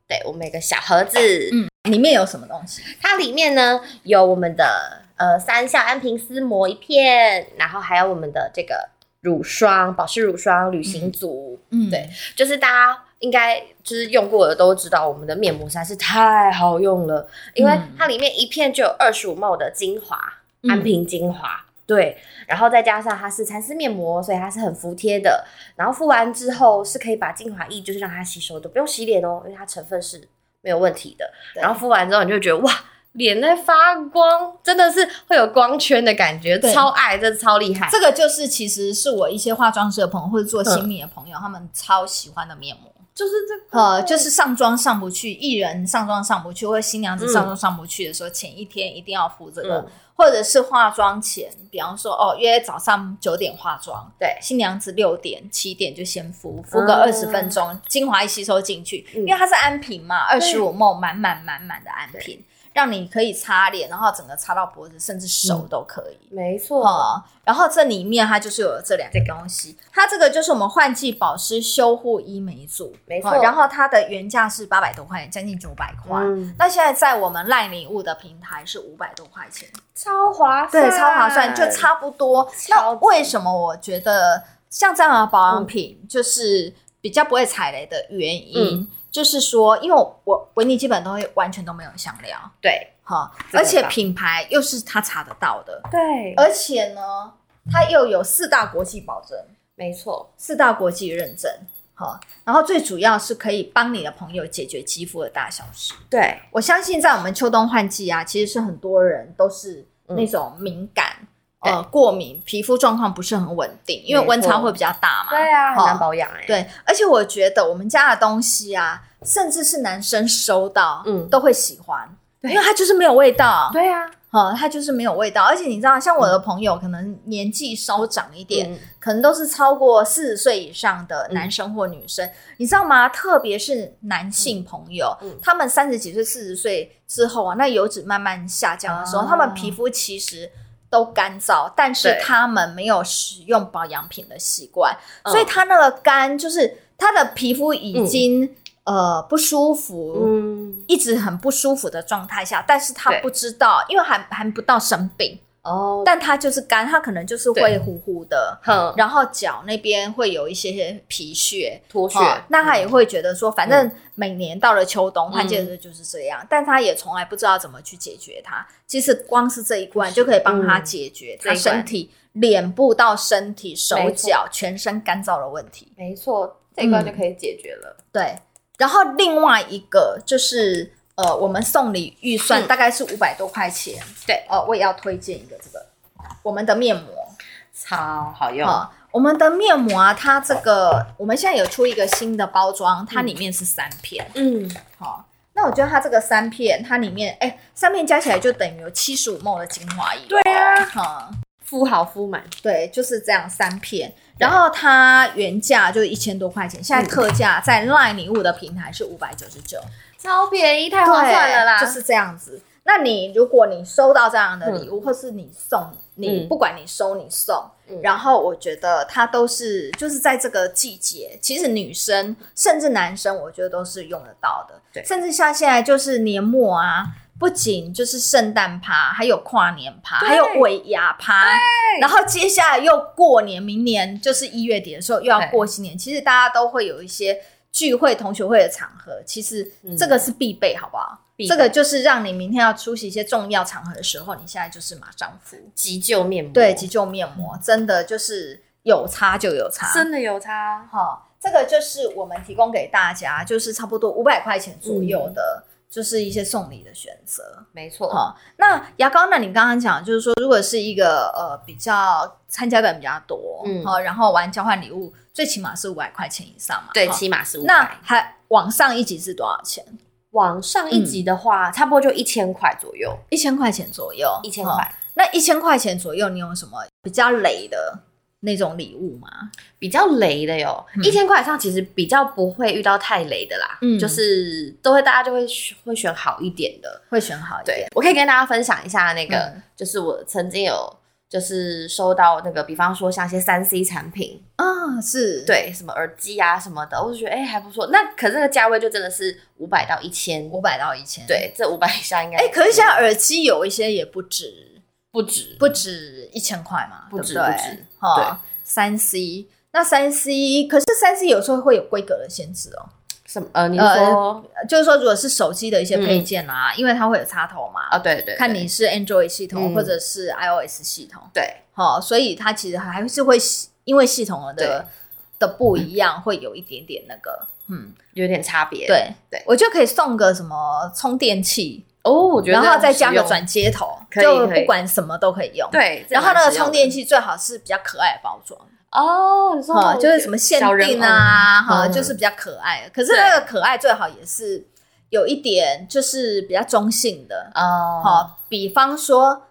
Speaker 3: 对我们有个小盒子，
Speaker 2: 嗯，里面有什么东西？
Speaker 3: 它里面呢有我们的呃三效安瓶丝膜一片，然后还有我们的这个乳霜，保湿乳霜旅行组，
Speaker 2: 嗯
Speaker 3: 对，就是大家应该就是用过的都知道，我们的面膜实在是太好用了，因为它里面一片就有二十五 ml 的精华，
Speaker 2: 嗯
Speaker 3: 安瓶精华。对，然后再加上它是蚕丝面膜，所以它是很服帖的。然后敷完之后是可以把精华液就是让它吸收的，不用洗脸哦，因为它成分是没有问题的。
Speaker 2: 对
Speaker 3: 然后敷完之后你就觉得哇，脸在发光，真的是会有光圈的感觉，
Speaker 2: 对
Speaker 3: 超爱，这超厉害。
Speaker 2: 这个就是其实是我一些化妆师的朋友或者
Speaker 3: 嗯
Speaker 2: 做新米的朋友，他们超喜欢的面膜。
Speaker 3: 就是这
Speaker 2: 呃，就是上妆上不去，艺人上妆上不去，或者新娘子上妆上不去的时候，前一天一定要敷这个，
Speaker 3: 嗯
Speaker 2: 或者是化妆前，比方说哦，约早上九点化妆，
Speaker 3: 对
Speaker 2: 新娘子六点七点就先敷，敷个
Speaker 3: 嗯
Speaker 2: 二十分钟，精华一吸收进去，
Speaker 3: 嗯
Speaker 2: 因为它是安瓶嘛，二十五梦满满满满的安瓶，让你可以擦脸，然后整个擦到脖子，甚至手都可以。
Speaker 3: 没错，
Speaker 2: 哦，然后这里面它就是有这两个东西，它这个就是我们换季保湿修护医美组，
Speaker 3: 没错
Speaker 2: 哦然后它的原价是八百多块钱，将近九百块。
Speaker 3: 嗯
Speaker 2: 那现在在我们赖礼物的平台是五百多块钱，
Speaker 3: 超划
Speaker 2: 对
Speaker 3: 算，，
Speaker 2: 超划算，就差不多。那
Speaker 3: 超级
Speaker 2: 为什么我觉得像这样的保养品，就是比较不会踩雷的原因，
Speaker 3: 嗯
Speaker 2: 就是说，因为我我维尼基本都会完全都没有香料，
Speaker 3: 对
Speaker 2: 哈，
Speaker 3: 这个嗯
Speaker 2: 而且
Speaker 3: 吧
Speaker 2: 品牌又是他查得到的，
Speaker 3: 对，
Speaker 2: 而且呢，它又有四大国际保证，
Speaker 3: 没错，
Speaker 2: 四大国际认证，哈，然后最主要是可以帮你的朋友解决肌肤的大小事。
Speaker 3: 对
Speaker 2: 我相信在我们秋冬换季啊，其实是很多人都是那种敏感、
Speaker 3: 嗯
Speaker 2: 呃过敏，皮肤状况不是很稳定，因为
Speaker 3: 没
Speaker 2: 温差
Speaker 3: 错
Speaker 2: 会比较大嘛。
Speaker 3: 对啊，很难
Speaker 2: 哦
Speaker 3: 保养哎、
Speaker 2: 对，而且我觉得我们家的东西啊，甚至是男生收到，
Speaker 3: 嗯
Speaker 2: 都会喜欢，
Speaker 3: 对
Speaker 2: 因为它就是没有味道，
Speaker 3: 对啊，
Speaker 2: 哈、它就是没有味道。而且你知道，像我的朋友，可能年纪稍长一点，
Speaker 3: 嗯
Speaker 2: 可能都是超过四十岁以上的男生或女生，你知道吗？特别是男性朋友，
Speaker 3: 嗯嗯
Speaker 2: 他们三十几岁、四十岁之后啊，那油脂慢慢下降的时候，
Speaker 3: 哦
Speaker 2: 他们皮肤其实。都干燥，但是
Speaker 3: 对
Speaker 2: 他们没有使用保养品的习惯，
Speaker 3: 嗯
Speaker 2: 所以他那个干就是他的皮肤已经、呃不舒服，
Speaker 3: 嗯，
Speaker 2: 一直很不舒服的状态下，但是他
Speaker 3: 对
Speaker 2: 不知道，因为还还不到生病，
Speaker 3: 哦，
Speaker 2: 但他就是干，他可能就是会
Speaker 3: 对
Speaker 2: 糊糊的，
Speaker 3: 很
Speaker 2: 然后脚那边会有一些皮屑。
Speaker 3: 脱
Speaker 2: 哦那他也会觉得说，反正每年到了秋冬，换季的
Speaker 3: 嗯
Speaker 2: 时候就是这样，但他也从来不知道怎么去解决它。其实光是这一罐就可以帮
Speaker 3: 嗯
Speaker 2: 他解决他
Speaker 3: 这一罐
Speaker 2: 身体、脸部到身体、手
Speaker 3: 没错
Speaker 2: 脚、全身干燥的问题。
Speaker 3: 没错，这一关就可以解决了。
Speaker 2: 对，然后另外一个就是呃，我们送礼预算
Speaker 3: 嗯
Speaker 2: 大概是五百多块钱。
Speaker 3: 对，
Speaker 2: 哦、我也要推荐一个这个我们的面膜
Speaker 3: 超好用
Speaker 2: 啊、我们的面膜啊，它这个我们现在有出一个新的包装，它里面是三片。
Speaker 3: 嗯，
Speaker 2: 好、那我觉得它这个三片，它里面哎，三片加起来就等于有七十五毫的精华液。
Speaker 3: 对啊
Speaker 2: 哈、
Speaker 3: 敷好敷满，
Speaker 2: 对，就是这样三片。然后它原价就一千多块钱，现
Speaker 3: 嗯
Speaker 2: 在特价在 LINE 礼物的平台是五百九十九。
Speaker 3: 超便宜，太
Speaker 2: 对，
Speaker 3: 划算了啦！
Speaker 2: 就是这样子。那你如果你收到这样的礼物，或是你送你，
Speaker 3: 嗯
Speaker 2: 不管你收你送，
Speaker 3: 嗯
Speaker 2: 然后我觉得它都是就是在这个季节，其实女生甚至男生，我觉得都是用得到的。
Speaker 3: 对
Speaker 2: 甚至像现在就是年末啊，不仅就是圣诞趴，还有跨年趴，
Speaker 3: 对
Speaker 2: 还有尾牙趴，然后接下来又过年，明年就是一月底的时候又要过新年，其实大家都会有一些聚会、同学会的场合，其实这个是必备，好不好？
Speaker 3: 嗯必备
Speaker 2: 这个就是让你明天要出席一些重要场合的时候，你现在就是马上敷。
Speaker 3: 急救面膜，
Speaker 2: 对，急救面膜真的就是有差就有差，
Speaker 3: 真的有差，
Speaker 2: 哈、这个就是我们提供给大家，就是差不多五百块钱
Speaker 3: 嗯
Speaker 2: 左右的，就是一些送礼的选择。
Speaker 3: 没错，
Speaker 2: 好、那牙膏，那你刚刚讲就是说，如果是一个呃比较参加的人比较多，
Speaker 3: 嗯
Speaker 2: 好、然后玩交换礼物，最起码是五百块钱以上嘛。
Speaker 3: 对，
Speaker 2: 哈
Speaker 3: 起码是五
Speaker 2: 那
Speaker 3: 百。
Speaker 2: 还往上一级是多少钱？
Speaker 3: 往上一级的话，差不多就一千块左右，
Speaker 2: 一千块钱左右。
Speaker 3: 一千
Speaker 2: 哈
Speaker 3: 块
Speaker 2: 那一千块钱左右，你有什么比较雷的那种礼物吗？
Speaker 3: 比较雷的哟。
Speaker 2: 嗯
Speaker 3: 一千块以上其实比较不会遇到太雷的啦，
Speaker 2: 嗯
Speaker 3: 就是都会大家就会选会选好一点的。
Speaker 2: 会选好一
Speaker 3: 对
Speaker 2: 点。，
Speaker 3: 我可以跟大家分享一下那个，
Speaker 2: 嗯
Speaker 3: 就是我曾经有就是收到那个，比方说像一些三 C 产品，
Speaker 2: 啊，是，，
Speaker 3: 对，什么耳机啊什么的，我就觉得哎、还不错。那可是那个价位就真的是五百到一千，
Speaker 2: 五百到一千。，
Speaker 3: 对，这五百以下应该
Speaker 2: 哎，可是现在耳机有一些也不止
Speaker 3: 不止，
Speaker 2: 不止一千块嘛，
Speaker 3: 不止
Speaker 2: 对对
Speaker 3: 不止，
Speaker 2: 哈，三 C。那三 C，可是三 C 有时候会有规格的限制哦，
Speaker 3: 什么呃，你
Speaker 2: 呃
Speaker 3: 说
Speaker 2: 呃就是说如果是手机的一些配件啊，因为它会有插头嘛，
Speaker 3: 嗯啊，对对对，
Speaker 2: 看你是 Android 系统
Speaker 3: 嗯
Speaker 2: 或者是 iOS 系统，
Speaker 3: 对
Speaker 2: 好、所以它其实还是会因为系统的
Speaker 3: 对
Speaker 2: 的不一样，会有一点点那个，嗯，
Speaker 3: 有点差别，
Speaker 2: 对
Speaker 3: 对
Speaker 2: 我就可以送个什么充电器，
Speaker 3: 哦，我觉得
Speaker 2: 然后再加
Speaker 3: 很
Speaker 2: 个
Speaker 3: 实用
Speaker 2: 转接头，
Speaker 3: 可以
Speaker 2: 就
Speaker 3: 可以
Speaker 2: 不管什么都可以用。，
Speaker 3: 对，
Speaker 2: 然后那个充电器
Speaker 3: 器
Speaker 2: 最好是比较可爱的包装，
Speaker 3: 哦，你说
Speaker 2: 哈、就是什么限
Speaker 3: 小人
Speaker 2: 定
Speaker 3: 偶
Speaker 2: 啊，哈、
Speaker 3: 嗯
Speaker 2: 就是比较可爱。可是那个可爱最好也是有一点就是比较中性的，
Speaker 3: 哦，
Speaker 2: 好、比方说，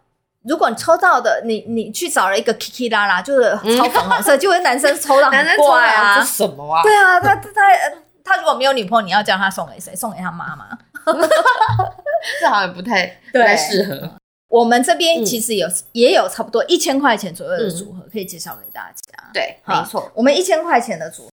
Speaker 2: 如果你抽到的，你你去找了一个 Kiki 啦啦，就是超粉红色，就会男生抽到
Speaker 3: 嗯 男
Speaker 2: 很
Speaker 3: 生抽
Speaker 2: 怪
Speaker 3: 啊，
Speaker 2: 啊
Speaker 3: 这，什么啊？
Speaker 2: 对啊，他他他呃他如果没有女朋友，你要叫他送给谁？送给他妈妈。
Speaker 3: 这好像也不太不
Speaker 2: 对
Speaker 3: 太适合，
Speaker 2: 我们这边
Speaker 3: 嗯
Speaker 2: 其实有、也有差不多一千块钱左右的组合可以介绍给大家。
Speaker 3: 对，
Speaker 2: 好
Speaker 3: 没错。
Speaker 2: 我们一千块钱的组合，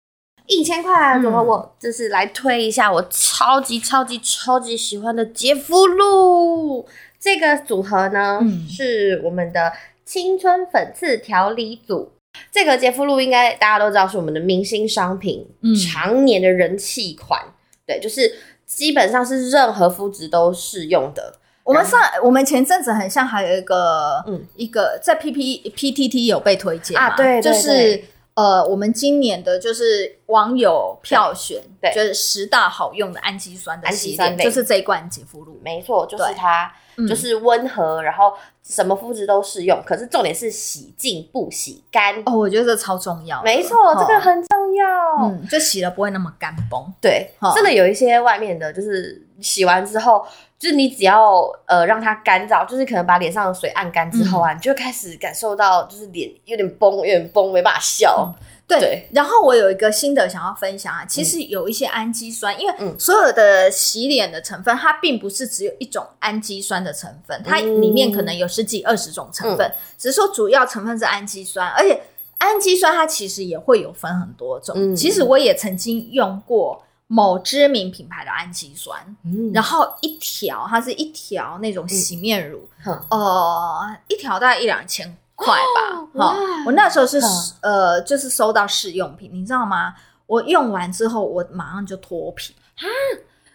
Speaker 3: 一千块，啊
Speaker 2: 嗯
Speaker 3: 怎么我就是来推一下我超级超级超级喜欢的洁肤露这个组合呢，
Speaker 2: 嗯
Speaker 3: 是我们的青春粉刺调理组。这个洁肤露应该大家都知道是我们的明星商品，
Speaker 1: 嗯
Speaker 3: 常年的人气款，对，就是基本上是任何肤质都适用的。
Speaker 2: 我们上我们前阵子很像还有一个，
Speaker 3: 嗯
Speaker 2: 嗯，一个在 P P P T T 有被推荐
Speaker 3: 啊
Speaker 2: 嘛
Speaker 3: 对对
Speaker 2: 就是
Speaker 3: 对
Speaker 2: 呃，我们今年的就是网友票选，
Speaker 3: 对对
Speaker 2: 就是十大好用的氨基酸的
Speaker 3: 氨基
Speaker 2: 洗
Speaker 3: 酸
Speaker 2: 脸，
Speaker 3: 类
Speaker 2: 就是这一罐洁肤露，
Speaker 3: 没错，就是
Speaker 2: 对
Speaker 3: 它，
Speaker 2: 嗯
Speaker 3: 就是温和，然后什么肤质都适用。可是重点是洗净不洗干。
Speaker 2: 哦，我觉得这超重要的，
Speaker 3: 没错，这个
Speaker 2: 哦
Speaker 3: 很重要。
Speaker 2: 嗯，就洗了不会那么干崩，
Speaker 3: 对
Speaker 2: 哦，
Speaker 3: 真的有一些外面的，就是洗完之后，就是你只要呃让它干燥，就是可能把脸上的水按干之后
Speaker 2: 嗯
Speaker 3: 啊，你就会开始感受到就是脸有点崩，有点崩，没办法笑。
Speaker 2: 对。
Speaker 3: 对
Speaker 2: 然后我有一个心得想要分享啊，其实有一些氨基酸，因为
Speaker 3: 嗯
Speaker 2: 所有的洗脸的成分，它并不是只有一种氨基酸的成分，它
Speaker 3: 嗯
Speaker 2: 里面可能有十几二十种成分，只是说主要成分是氨基酸，而且氨基酸它其实也会有分很多种。
Speaker 3: 嗯
Speaker 2: 其实我也曾经用过某知名品牌的氨基酸，
Speaker 3: 嗯
Speaker 2: 然后一条它是一条那种洗面乳，
Speaker 3: 哼
Speaker 2: 呃，一条大概一两千块吧。
Speaker 3: 哦哇
Speaker 2: 哈、我那时候是
Speaker 3: 嗯
Speaker 2: 呃，就是收到试用品，你知道吗？我用完之后，我马上就脱皮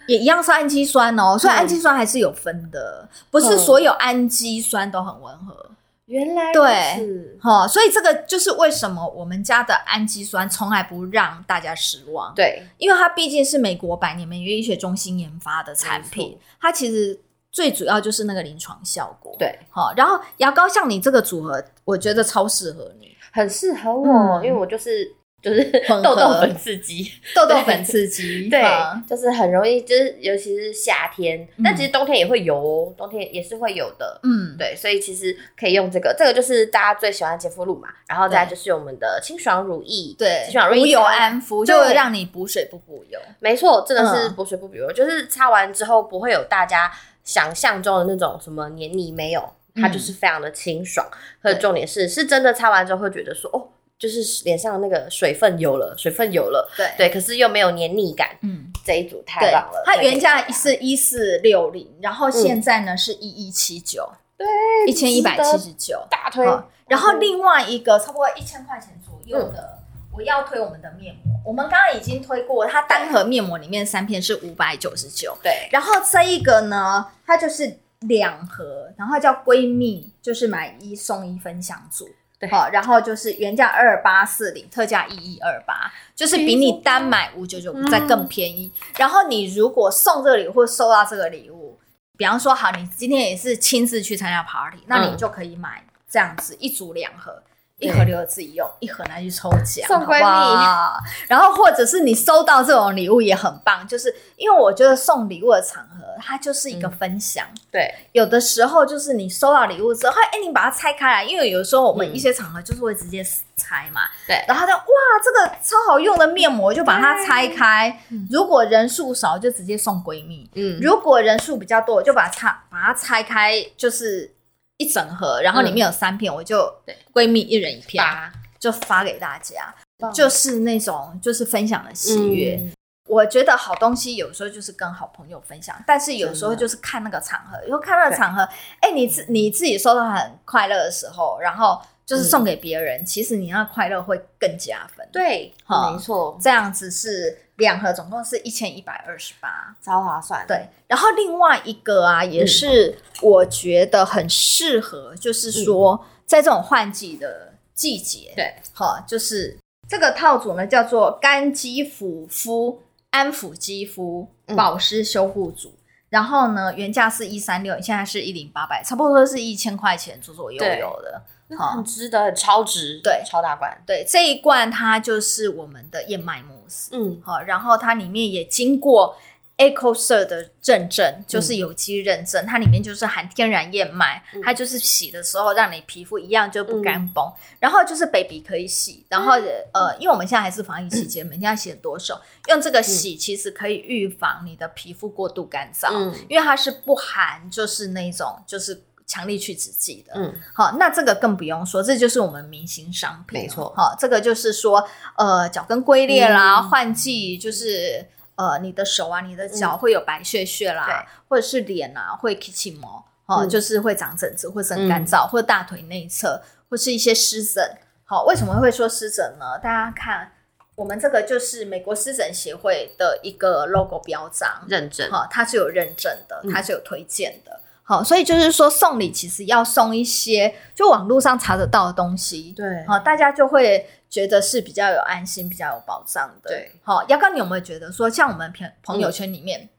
Speaker 2: 也一样是氨基酸哦，所以
Speaker 3: 嗯
Speaker 2: 氨基酸还是有分的，不是
Speaker 3: 嗯
Speaker 2: 所有氨基酸都很温和。
Speaker 3: 原来
Speaker 2: 对
Speaker 3: 如此
Speaker 2: 哈、所以这个就是为什么我们家的氨基酸从来不让大家失望，
Speaker 3: 对
Speaker 2: 因为它毕竟是美国百年美约医学中心研发的产
Speaker 3: 没
Speaker 2: 品
Speaker 3: 错，
Speaker 2: 它其实最主要就是那个临床效果。
Speaker 3: 对，
Speaker 2: 好，然后牙膏像你这个组合，我觉得超适合你，
Speaker 3: 很适合我，
Speaker 2: 嗯
Speaker 3: 因为我就是就是
Speaker 2: 混合
Speaker 3: 痘痘粉刺肌，
Speaker 2: 痘痘粉刺激，
Speaker 3: 对
Speaker 2: 哈，
Speaker 3: 就是很容易，就是尤其是夏天，
Speaker 2: 嗯
Speaker 3: 但其实冬天也会有哦，冬天也是会有的。
Speaker 2: 嗯，
Speaker 3: 对，所以其实可以用这个，这个就是大家最喜欢的洁肤露嘛，然后再来
Speaker 2: 对
Speaker 3: 就是我们的清爽乳液，
Speaker 2: 对
Speaker 3: 清爽乳液
Speaker 2: 无油安肤就
Speaker 3: 对
Speaker 2: 让你补水不补油，
Speaker 3: 没错，真的是
Speaker 2: 嗯
Speaker 3: 补水不补油，就是擦完之后不会有大家想象中的那种什么黏腻，没有，它就是非常的清爽。可是
Speaker 2: 嗯对
Speaker 3: 重点是，是真的擦完之后会觉得说，哦，就是脸上那个水分有了，水分有了，
Speaker 2: 对，
Speaker 3: 对，可是又没有黏腻感，
Speaker 2: 嗯，
Speaker 3: 这一组太
Speaker 2: 对
Speaker 3: 棒了。，
Speaker 2: 它
Speaker 3: 太给
Speaker 2: 原
Speaker 3: 力
Speaker 2: 价
Speaker 3: 了
Speaker 2: 是一四六零，然
Speaker 3: 嗯
Speaker 2: 后现在呢是一一七九，对，一千一百七十九。
Speaker 3: 大推，
Speaker 2: 好然后另外一个差不多一千块钱左右的，我要推我们的面膜。我们刚刚已经推过，它单盒面膜里面三片是五百九十九，
Speaker 3: 对，
Speaker 2: 然后这一个呢，它就是两盒，然后叫闺蜜，就是买一送一分享组。
Speaker 3: 对
Speaker 2: 好，然后就是原价二八四零，特价一一二八，就是比你单买五九九
Speaker 3: 嗯
Speaker 2: 再更便宜。然后你如果送这个礼物或收到这个礼物，比方说好，你今天也是亲自去参加 party，那
Speaker 3: 嗯
Speaker 2: 你就可以买这样子一组两盒，一盒留着自己用，一盒拿去抽奖，
Speaker 3: 送
Speaker 2: 好
Speaker 3: 闺蜜
Speaker 2: 不好然后或者是你收到这种礼物也很棒，就是因为我觉得送礼物的场合，它就是
Speaker 3: 嗯
Speaker 2: 一个分享。
Speaker 3: 对，
Speaker 2: 有的时候就是你收到礼物之后，哎，你把它拆开来，因为有时候我们一些场合就是会直接拆嘛。
Speaker 3: 对
Speaker 2: 然后就哇，这个超好用的面膜，就把它拆开
Speaker 3: 嗯。
Speaker 2: 如果人数少，就直接送闺蜜；
Speaker 3: 嗯，
Speaker 2: 如果人数比较多，我就把它拆把它拆开，就是一整盒，然后里面有三片，我就
Speaker 3: 对
Speaker 2: 闺蜜一人一片，
Speaker 3: 八
Speaker 2: 就发给大家。
Speaker 3: 棒
Speaker 2: 就是那种就是分享的喜悦。
Speaker 3: 嗯
Speaker 2: 我觉得好东西有时候就是跟好朋友分享，但是有时候
Speaker 3: 真的
Speaker 2: 就是看那个场合，因为看那个场合，哎、你自你自己收到很快乐的时候，然后就是送给别人，其实你那快乐会更加分。，
Speaker 3: 嗯对，
Speaker 2: 好
Speaker 3: 没错，
Speaker 2: 这样子是两盒，总共是一千一百二十八。
Speaker 3: 超划算，
Speaker 2: 对，然后另外一个
Speaker 3: 嗯
Speaker 2: 啊，也是我觉得很适合，就是说在这种换季的季节，
Speaker 3: 嗯对，
Speaker 2: 好，就是这个套组呢叫做干肌抚肤安抚肌肤
Speaker 3: 嗯
Speaker 2: 保湿修护组。然后呢，原价是一三六，现在是一零八百，差不多是一千块钱左左右
Speaker 3: 对
Speaker 2: 右的。
Speaker 3: 那
Speaker 2: 好
Speaker 3: 很值得，很超值，
Speaker 2: 对
Speaker 3: 超大罐，
Speaker 2: 对，这一罐它就是我们的燕麦慕斯，
Speaker 3: 嗯，
Speaker 2: 好，哦然后它里面也经过 Eco 社的认证，就是有机认证，它里面就是含天然燕麦，
Speaker 3: 嗯
Speaker 2: 它就是洗的时候让你皮肤一样就不干崩，然后就是 baby 可以洗，然后
Speaker 3: 嗯
Speaker 2: 呃，因为我们现在还是防疫期间，每天要洗很多手，用这个洗其实可以预防你的皮肤过度干燥，
Speaker 3: 嗯
Speaker 2: 因为它是不含就是那种就是强力去脂剂的，
Speaker 3: 嗯，
Speaker 2: 好，那这个更不用说，这就是我们明星商品，
Speaker 3: 没错
Speaker 2: 好，这个就是说，呃，脚跟龟裂啦，
Speaker 3: 嗯
Speaker 2: 换季就是呃，你的手啊，你的脚会有白屑屑啦，或者是脸啊会起起毛，哦，
Speaker 3: 嗯
Speaker 2: 就是会长疹子，或是
Speaker 3: 嗯
Speaker 2: 很干燥，或者大腿内侧，或是一些湿疹，好，为什么会说湿疹呢？大家看，我们这个就是美国湿疹协会的一个 logo 标章，
Speaker 3: 认证。
Speaker 2: 好，它是有认证的，
Speaker 3: 嗯
Speaker 2: 它是有推荐的。好，所以就是说送礼其实要送一些就网络上查得到的东西，
Speaker 3: 对
Speaker 2: 好，大家就会觉得是比较有安心、比较有保障的。
Speaker 3: 对，
Speaker 2: 好，姚哥，你有没有觉得说，像我们朋朋友圈里面、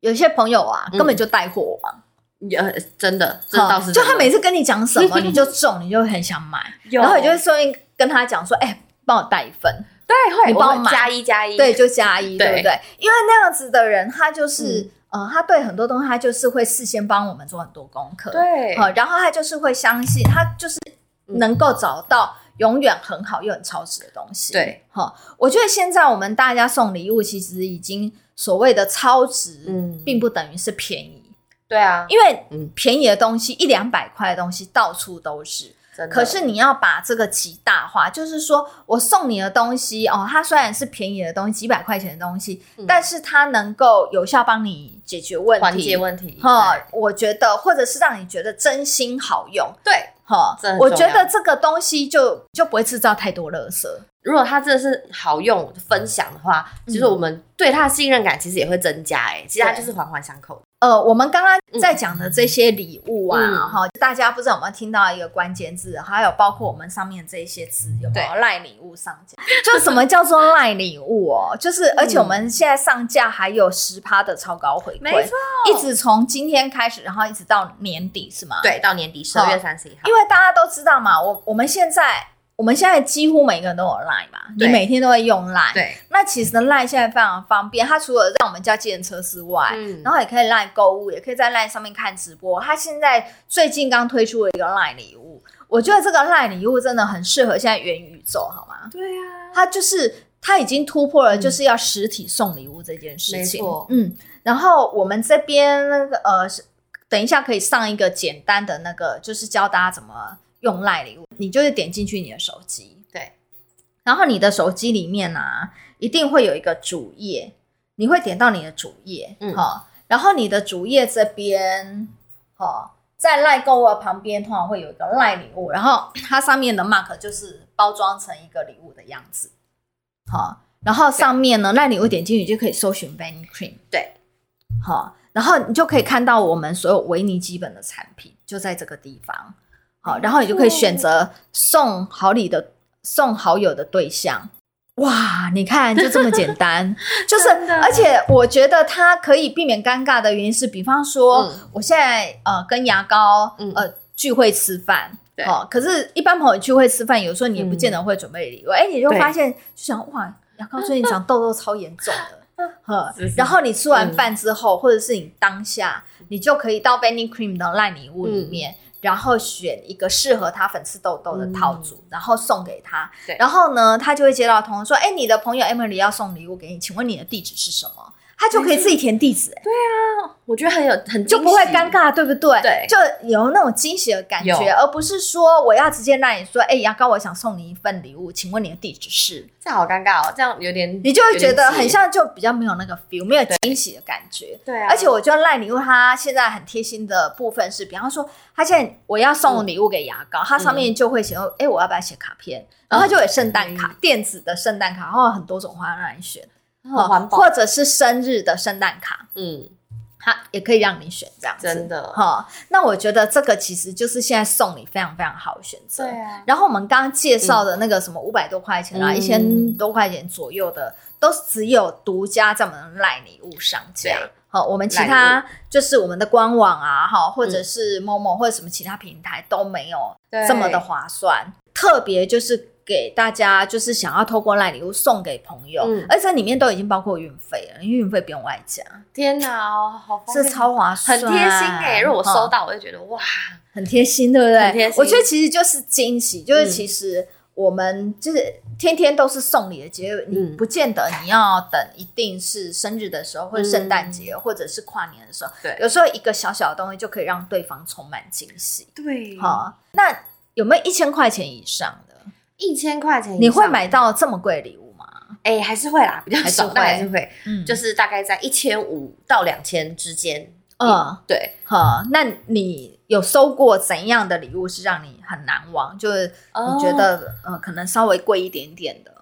Speaker 2: 有些朋友啊，
Speaker 3: 嗯
Speaker 2: 根本就带货王，
Speaker 3: 呃，真的，这
Speaker 2: 好
Speaker 3: 倒是
Speaker 2: 就
Speaker 3: 真的
Speaker 2: 他每次跟你讲什 么，你就中，你就很想买，
Speaker 3: 有
Speaker 2: 然后你就会顺便跟他讲说，哎、帮我带一份，
Speaker 3: 对，会
Speaker 2: 你帮我
Speaker 3: 们
Speaker 2: 买
Speaker 3: 加一加一，
Speaker 2: 对，就加一，
Speaker 3: 对嗯
Speaker 2: 对不对？因为那样子的人，他就是、呃，他对很多东西，他就是会事先帮我们做很多功课，
Speaker 3: 对，嗯
Speaker 2: 好、然后他就是会相信，他就是能够找到永远很好又很超值的东西。
Speaker 3: 对，
Speaker 2: 好、我觉得现在我们大家送礼物，其实已经所谓的超值，
Speaker 3: 嗯
Speaker 2: 并不等于是便宜，
Speaker 3: 对啊，
Speaker 2: 因为
Speaker 3: 嗯
Speaker 2: 便宜的东西一两百块的东西到处都是，
Speaker 3: 真的
Speaker 2: 可是你要把这个极大化，就是说我送你的东西哦，它虽然是便宜的东西，几百块钱的东西，
Speaker 3: 嗯
Speaker 2: 但是它能够有效帮你解决问题，
Speaker 3: 缓解问题，
Speaker 2: 哈、
Speaker 3: 对
Speaker 2: 我觉得或者是让你觉得真心好用，
Speaker 3: 对，
Speaker 2: 哈、
Speaker 3: 这很
Speaker 2: 我
Speaker 3: 重
Speaker 2: 觉得
Speaker 3: 要
Speaker 2: 这个东西就就不会制造太多垃圾，
Speaker 3: 如果它真的是好用分享的话，其实
Speaker 2: 嗯
Speaker 3: 我们对它的信任感其实也会增加、哎，其实它
Speaker 2: 对
Speaker 3: 就是环环相扣的。
Speaker 2: 呃，我们刚刚在讲的这些礼物啊，
Speaker 3: 嗯
Speaker 2: 哈、大家不知道有没有听到一个关键字，还有包括我们上面这些字有没有赖礼物上架？ 就什么叫做赖礼物哦？就是而且我们现在上架还有十趴的超高回馈，
Speaker 3: 没错，
Speaker 2: 一直从今天开始，然后一直到年底是吗？，
Speaker 3: 对，到年底十二月三十一号
Speaker 2: 因，为大家都知道嘛，我我们现在我们现在几乎每个人都有赖嘛，你
Speaker 3: 对
Speaker 2: 每天都会用赖，
Speaker 3: 对，
Speaker 2: 那其实赖现在非常方便，它除了让我们叫计程车之外，
Speaker 3: 嗯
Speaker 2: 然后也可以赖购物，也可以在赖上面看直播。它现在最近刚推出了一个赖礼物，我觉得这个赖礼物真的很适合现在元宇宙，好吗？
Speaker 3: 对啊，
Speaker 2: 它就是它已经突破了，
Speaker 3: 嗯
Speaker 2: 就是要实体送礼物这件事
Speaker 3: 没
Speaker 2: 情。
Speaker 3: 错
Speaker 2: 嗯，然后我们这边那个呃，是等一下可以上一个简单的那个，就是教大家怎么用赖礼物，你就是点进去你的手机，
Speaker 3: 对，
Speaker 2: 然后你的手机里面啊，一定会有一个主页，你会点到你的主页，
Speaker 3: 嗯
Speaker 2: 好、然后你的主页这边，哦，在赖购物的旁边通常会有一个赖礼物，然后它上面的 mark 就是包装成一个礼物的样子，好、然后上面呢，赖礼物点进去就可以搜寻 Vanny Cream，
Speaker 3: 对，
Speaker 2: 好、然后你就可以看到我们所有维尼基本的产品就在这个地方，好、然后你就可以选择送好礼的送好友的对象。哇，你看就这么简 单，就是，
Speaker 3: 真的
Speaker 2: 而且我觉得它可以避免尴尬的原因是，比方说、
Speaker 3: 嗯
Speaker 2: 我现在呃跟牙膏、
Speaker 3: 嗯
Speaker 2: 呃聚会吃饭。
Speaker 3: 对
Speaker 2: 哦，可是，一般朋友聚会吃饭，有时候你也不见得会准备礼物，哎、你就
Speaker 3: 嗯对
Speaker 2: 发现就想哇，牙膏最近长痘痘超严重 的，呵
Speaker 3: 是是，嗯
Speaker 2: 然后你吃完饭之后，或者是你当下，你就可以到 Benny Cream 的烂礼物
Speaker 3: 嗯
Speaker 2: 里面，然后选一个适合他粉刺痘痘的套组，然后送给他
Speaker 3: 嗯对。
Speaker 2: 然后呢，他就会接到通知说，哎、你的朋友 Emily 要送礼物给你，请问你的地址是什么？他就可以自己填地址、哎
Speaker 3: 我觉得很有很
Speaker 2: 就不会尴
Speaker 3: 尬。
Speaker 2: 尬，对不对？
Speaker 3: 对
Speaker 2: 就有那种惊喜的感觉，
Speaker 3: 有
Speaker 2: 而不是说我要直接让你说，哎、牙膏，我想送你一份礼物，请问你的地址是？
Speaker 3: 这样好尴尬哦，这样有点
Speaker 2: 你就会觉得
Speaker 3: 有点
Speaker 2: 很
Speaker 3: 急
Speaker 2: 像，就比较没有那个 feel，没有惊喜的感觉。
Speaker 3: 对啊，
Speaker 2: 而且我觉得赖礼物它现在很贴心的部分是，比方说，它现在我要送礼物给牙膏，它上
Speaker 3: 嗯
Speaker 2: 面就会写，哎、我要不要写卡片？然后它就有圣诞卡，电子的圣诞卡，然后很多种花让你选，
Speaker 3: 嗯很环保，
Speaker 2: 或者是生日的圣诞卡，
Speaker 3: 嗯，
Speaker 2: 它也可以让你选这样子。
Speaker 3: 真的，
Speaker 2: 哈、那我觉得这个其实就是现在送礼非常非常好的选择。
Speaker 3: 啊，
Speaker 2: 然后我们刚刚介绍的那个什么五百多块钱啊，
Speaker 3: 嗯
Speaker 2: 一千多块钱左右的，都只有独家在我们的赖礼物上架
Speaker 3: 对。
Speaker 2: 好，我们其
Speaker 3: 赖嗯
Speaker 2: 他就是我们的官网啊，哈，或者是某某或者什么其他平台都没有
Speaker 3: 对
Speaker 2: 这么的划算。特别就是给大家，就是想要透过赖礼物送给朋友，
Speaker 3: 嗯
Speaker 2: 而且里面都已经包括运费了，因为运费不用外加，
Speaker 3: 天哪，哦好方
Speaker 2: 这
Speaker 3: 便
Speaker 2: 超划
Speaker 3: 很
Speaker 2: 算，
Speaker 3: 贴心哎、如果我
Speaker 2: 哈
Speaker 3: 收到，我就觉得哇，
Speaker 2: 很贴心，对不对？
Speaker 3: 很贴心
Speaker 2: 我觉得其实就是惊喜，就是
Speaker 3: 嗯
Speaker 2: 其实我们就是天天都是送礼的节日，你
Speaker 3: 嗯
Speaker 2: 不见得你要等一定是生日的时候，或者圣诞节，或者是跨年的时候，
Speaker 3: 嗯对
Speaker 2: 有时候一个小小的东西就可以让对方充满惊喜。
Speaker 3: 对
Speaker 2: 好、那有没有一千块钱以上的？
Speaker 3: 一千块钱以上
Speaker 2: 你会买到这么贵的礼物吗？
Speaker 3: 哎、还是会啦，比较
Speaker 2: 还是
Speaker 3: 少，
Speaker 2: 会
Speaker 3: 但还是会，
Speaker 2: 嗯
Speaker 3: 就是大概在一千五到两千之间。
Speaker 2: 嗯，
Speaker 3: 对，
Speaker 2: 好，那你有收过怎样的礼物是让你很难忘？就是你觉
Speaker 3: 哦
Speaker 2: 得、呃，可能稍微贵一点点的，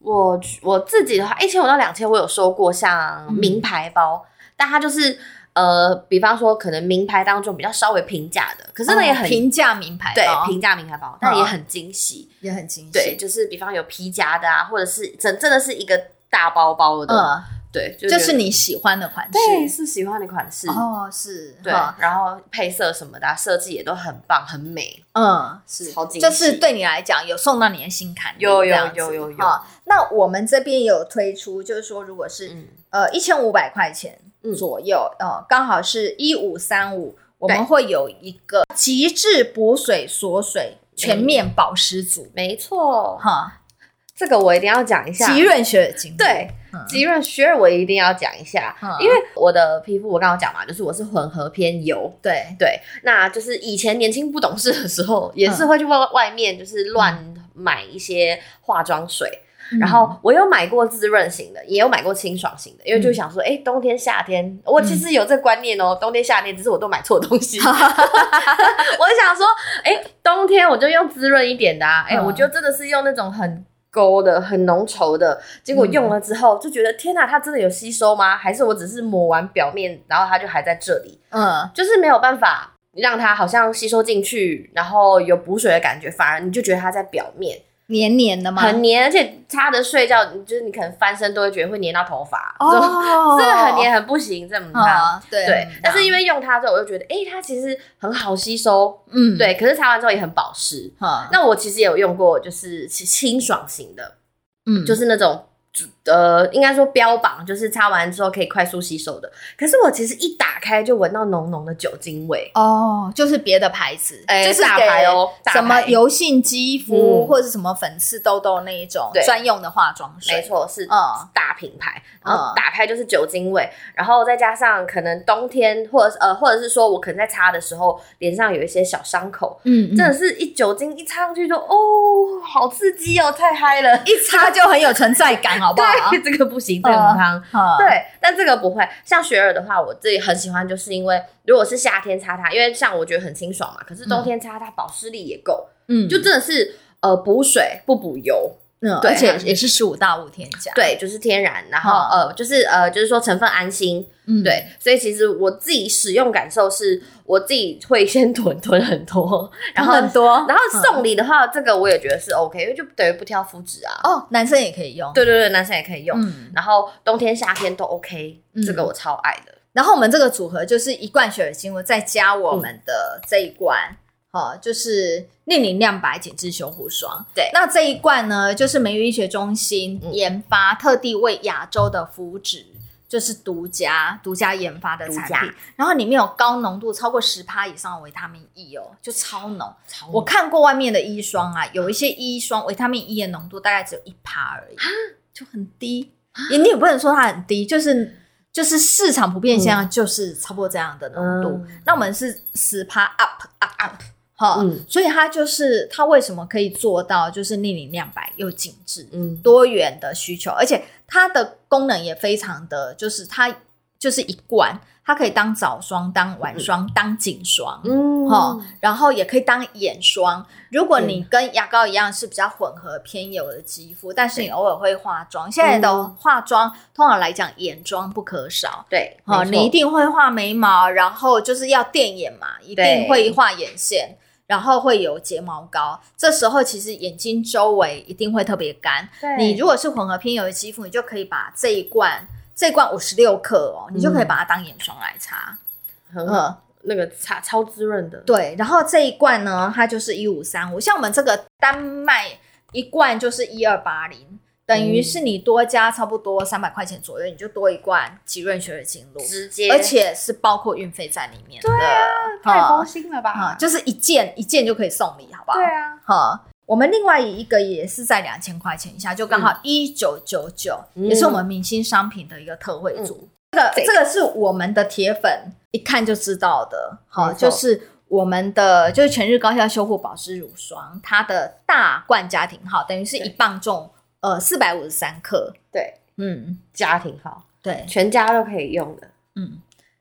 Speaker 3: 我我自己的话，一千五到两千，我有收过像
Speaker 2: 嗯
Speaker 3: 名牌包，但它就是呃，比方说可能名牌当中比较稍微平价的，可是呢也很、
Speaker 2: 哦平价名牌
Speaker 3: 对
Speaker 2: 包，
Speaker 3: 平价名牌包，但也很惊喜。
Speaker 2: 也很精细。
Speaker 3: 哦嗯对，，就是比方有皮夹的啊，或者是真真的是一个大包包的，
Speaker 2: 嗯，
Speaker 3: 对，就
Speaker 2: 就是
Speaker 3: 你
Speaker 2: 你喜欢的款
Speaker 3: 对
Speaker 2: 式。
Speaker 3: 是喜欢的款式。嗯
Speaker 2: 哦，是，
Speaker 3: 对
Speaker 2: 哈，
Speaker 3: 然后配色什么的啊、设计也都很棒，很美。
Speaker 2: 嗯，是
Speaker 3: 超精细
Speaker 2: 就是对你来讲有送到你的心坎里，
Speaker 3: 有
Speaker 2: 这
Speaker 3: 有
Speaker 2: 样子
Speaker 3: 有有有
Speaker 2: 哈那我们这边有推出，就是说，如果是、
Speaker 3: 嗯，
Speaker 2: 呃一千五百块钱
Speaker 3: 嗯
Speaker 2: 左右，呃，刚好是一五三五，我
Speaker 3: 对
Speaker 2: 们会有一个极致补水锁水全面保湿组，
Speaker 3: 没错，
Speaker 2: 哈，
Speaker 3: 这个我一定要讲一下。
Speaker 2: 极润雪精，
Speaker 3: 对，
Speaker 2: 嗯
Speaker 3: 吉润雪我一定要讲一下，
Speaker 2: 嗯
Speaker 3: 因为我的皮肤我刚刚讲嘛，就是我是混合偏油。
Speaker 2: 对，嗯
Speaker 3: 对，那就是以前年轻不懂事的时候，也是会去外外面就是乱买一些化妆水，
Speaker 2: 嗯
Speaker 3: 然后我有买过滋润型的，也有买过清爽型的，因为就想
Speaker 2: 嗯
Speaker 3: 说，哎、冬天夏天，我其实有这观念哦，冬天夏天，只是我都买错 东西。 我想说，哎、冬天我就用滋润一点的、啊，哎、
Speaker 2: 嗯
Speaker 3: 我就真的是用那种很。勾的很浓稠的，结
Speaker 2: 嗯
Speaker 3: 果用了之后就觉得天哪，它真的有吸收吗？还是我只是抹完表面，然后它就还在这里？
Speaker 2: 嗯
Speaker 3: 就是没有办法让它好像吸收进去，然后有补水的感觉，反而你就觉得它在表面
Speaker 2: 黏黏的吗？
Speaker 3: 很黏，而且擦着睡觉，你就是你可能翻身都会觉得会黏到头发，
Speaker 2: 哦，
Speaker 3: 这个很黏，很不行，这么它。
Speaker 2: 啊，对
Speaker 3: 对，但是因
Speaker 2: 为
Speaker 3: 为用它之后，我就觉得，哎、它其实很好吸收，
Speaker 2: 嗯，
Speaker 3: 对，嗯可是擦完之后也很保湿。
Speaker 2: 哈，
Speaker 3: 那我其实也有用过，就是清清爽型的，
Speaker 2: 嗯
Speaker 3: 就是那种呃，应该说标榜就是擦完之后可以快速吸收的。可是我其实一打开就闻到浓浓的酒精味，
Speaker 2: 哦，就是别的牌子，
Speaker 3: 哎
Speaker 2: 就是
Speaker 3: 大牌哦
Speaker 2: 给
Speaker 3: 大
Speaker 2: 什么
Speaker 3: 牌
Speaker 2: 油性肌肤、
Speaker 3: 嗯
Speaker 2: 或者什么粉刺痘痘那一种
Speaker 3: 对
Speaker 2: 专用的化妆水，
Speaker 3: 没，错，是
Speaker 2: 嗯
Speaker 3: 大品牌，
Speaker 2: 嗯
Speaker 3: 然后打开就是酒精味，然后再加上可能冬天或者是呃，或者是说我可能在擦的时候脸上有一些小伤口，
Speaker 2: 嗯，
Speaker 3: 真
Speaker 2: 这
Speaker 3: 的是一酒精一擦上去就哦，好刺激哦，太嗨了，
Speaker 2: 一擦就很有存在感，好不好？
Speaker 3: 对，这个不行，这个
Speaker 2: 嗯
Speaker 3: 很汤。
Speaker 2: 哈，
Speaker 3: 对，但这个不会。像雪耳的话，我自己很喜欢，就是因为如果是夏天擦它，因为像我觉得很清爽嘛，可是冬天擦它保湿力也够，
Speaker 2: 嗯，
Speaker 3: 就真的是呃补水不补油，
Speaker 2: 嗯，
Speaker 3: 对
Speaker 2: 而且也是十五到无添加，，
Speaker 3: 对，就是天然，然后、
Speaker 2: 嗯
Speaker 3: 呃就是呃就是说成分安心，
Speaker 2: 嗯，
Speaker 3: 对，所以其实我自己使用感受是，我自己会先囤囤很多，然
Speaker 2: 然
Speaker 3: 后
Speaker 2: 后很多，嗯
Speaker 3: 然后送礼的话，这个我也觉得是 OK，因为就等于不挑肤质啊。
Speaker 2: 哦，男生也可以用，，
Speaker 3: 对对对，男生也可以用，
Speaker 2: 嗯，
Speaker 3: 然后冬天夏天都 OK，、
Speaker 2: 嗯
Speaker 3: 这个我超爱的。
Speaker 2: 然后我们这个组合就是一罐雪耳精油，再加我们的这一
Speaker 3: 嗯
Speaker 2: 罐，哦、就是令零亮白紧致修护霜。
Speaker 3: 对
Speaker 2: 那这一罐呢，就是美语医学中心
Speaker 3: 嗯
Speaker 2: 研发，特地为亚洲的肤质。就是独家独家研发的产
Speaker 3: 独
Speaker 2: 品
Speaker 3: 家，
Speaker 2: 然后里面有高浓度超过十趴以上的维他命 E 哦，就超浓。
Speaker 3: 超
Speaker 2: 我看过外面的医霜啊，有一些医霜维他命 E 的浓度大概只有一趴而已，
Speaker 3: 啊
Speaker 2: 就很低。也你也不能说它很低，就是就是市场普遍现象就是差不多这样的浓度。
Speaker 3: 嗯
Speaker 2: 那我们是十趴 up up up 哈，
Speaker 3: 嗯
Speaker 2: 所以它就是它为什么可以做到就是逆龄亮白又紧致，
Speaker 3: 嗯
Speaker 2: 多元的需求，而且它的功能也非常的，就是它就是一罐，它可以当早霜、当晚霜、当颈霜，
Speaker 3: 嗯
Speaker 2: 哦，然后也可以当眼霜。如果你跟牙膏一样是比较混合偏油的肌肤，但是你偶尔会化妆，现在的
Speaker 3: 嗯
Speaker 2: 化妆、通常来讲眼妆不可少。
Speaker 3: 对，
Speaker 2: 哦，
Speaker 3: 没
Speaker 2: 你
Speaker 3: 错
Speaker 2: 一定会画眉毛，然后就是要垫眼嘛，一定
Speaker 3: 对
Speaker 2: 会画眼线，然后会有睫毛膏。这时候其实眼睛周围一定会特别干。
Speaker 3: 对
Speaker 2: 你如果是混合偏油的肌肤，你就可以把这一罐这一罐五十六克哦，你就
Speaker 3: 嗯
Speaker 2: 可以把它当眼霜来擦。
Speaker 3: 很
Speaker 2: 嗯，
Speaker 3: 那个擦超滋润的，
Speaker 2: 对，然后这一罐呢，它就是一五三五，像我们这个单卖一罐就是一二八零，等于是你多加差不多三百块钱左右，你就多一罐吉润雪耳精露，
Speaker 3: 直接
Speaker 2: 而且是包括运费在里面的。对啊，
Speaker 3: 心了吧
Speaker 2: 啊，就是一件一件就可以送礼，好不好？
Speaker 3: 啊，
Speaker 2: 哈，我们另外一个也是在两千块钱以下，就刚
Speaker 3: 嗯
Speaker 2: 好一九九九，也是我们明星商品的一个特惠组。
Speaker 3: 嗯
Speaker 2: 这个
Speaker 3: 这个
Speaker 2: 这个是我们的铁粉一看就知道的，好，
Speaker 3: 没错
Speaker 2: 就是我们的就是全日高效修护保湿乳霜，它的大罐家庭号等于是
Speaker 3: 对
Speaker 2: 一磅重，呃，四百五十三克，
Speaker 3: 对
Speaker 2: 嗯，
Speaker 3: 家庭号，
Speaker 2: 对，
Speaker 3: 全家都可以用的，
Speaker 2: 嗯，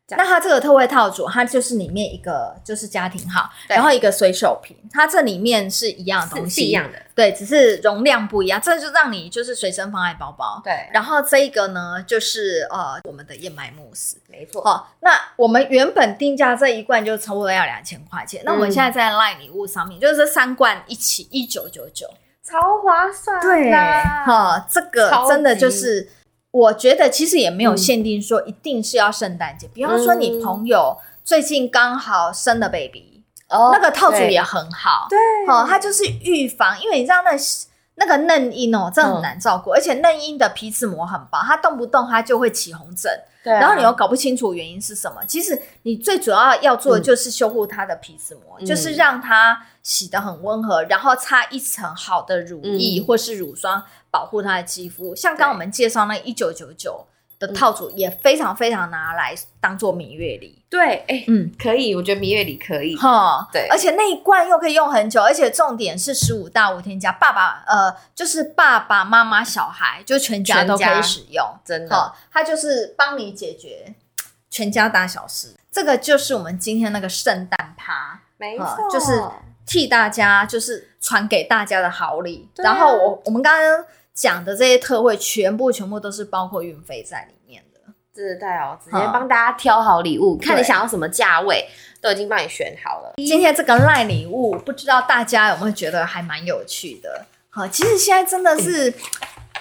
Speaker 2: 那它这个特惠套组，它就是里面一个就是家庭号，然后一个随手瓶，它这里面是一样的东
Speaker 3: 是
Speaker 2: 西，
Speaker 3: 是一样的，
Speaker 2: 对，只是容量不一样，这就让你就是随身放在包包。
Speaker 3: 对，
Speaker 2: 然后这一个呢，就是呃我们的燕麦慕斯。
Speaker 3: 没错，
Speaker 2: 哦，那我们原本定价这一罐就差不多要两千块钱，那我们
Speaker 3: 嗯
Speaker 2: 现在在 LINE 礼物上面，就是这三罐一起一九九九，
Speaker 3: 超划算啦，
Speaker 2: 哈、这个
Speaker 3: 超
Speaker 2: 真的就
Speaker 3: 级
Speaker 2: 是，我觉得其实也没有
Speaker 3: 嗯
Speaker 2: 限定说一定是要圣诞节，比方说你朋友最近刚好生了 baby，、
Speaker 3: 哦
Speaker 2: 那个套组
Speaker 3: 对
Speaker 2: 也很好，
Speaker 3: 对，
Speaker 2: 哦，它就是预防，因为你知道那那个嫩婴哦，真的
Speaker 3: 嗯
Speaker 2: 很难照顾，而且嫩婴的皮脂膜很薄，它动不动它就会起红疹，
Speaker 3: 对啊
Speaker 2: 然后你又搞不清楚原因是什么。其实你最主要要做的
Speaker 3: 嗯
Speaker 2: 就是修护它的皮脂膜，
Speaker 3: 嗯
Speaker 2: 就是让它洗得很温和，然后擦一层好的乳液
Speaker 3: 嗯
Speaker 2: 或是乳霜保护它的肌肤。像刚刚我们介绍那一九九九的套组也非常非常拿来当做明月礼，
Speaker 3: 对，哎，
Speaker 2: 嗯，
Speaker 3: 可以，我觉得明月里可以，
Speaker 2: 哈，
Speaker 3: 嗯对
Speaker 2: 而且那一罐又可以用很久，而且重点是十五大无添加，爸爸呃就是爸爸妈妈小孩就全家都可
Speaker 3: 全
Speaker 2: 以
Speaker 3: 家
Speaker 2: 使用，
Speaker 3: 真的，
Speaker 2: 好，它就是帮你解决全家大小事，这个就是我们今天那个圣诞趴。
Speaker 3: 没
Speaker 2: 好
Speaker 3: 错，
Speaker 2: 就是替大家就是传给大家的好礼，
Speaker 3: 对啊
Speaker 2: 然后我我们刚刚讲的这些特惠，全部全部都是包括运费在里面的。
Speaker 3: 真的太好，直接
Speaker 2: 好
Speaker 3: 帮大家挑好礼物，看你
Speaker 2: 对
Speaker 3: 想要什么价位，都已经帮你选好了。
Speaker 2: 今天这个赖礼物，不知道大家有没有觉得还蛮有趣的？好，其实现在真的是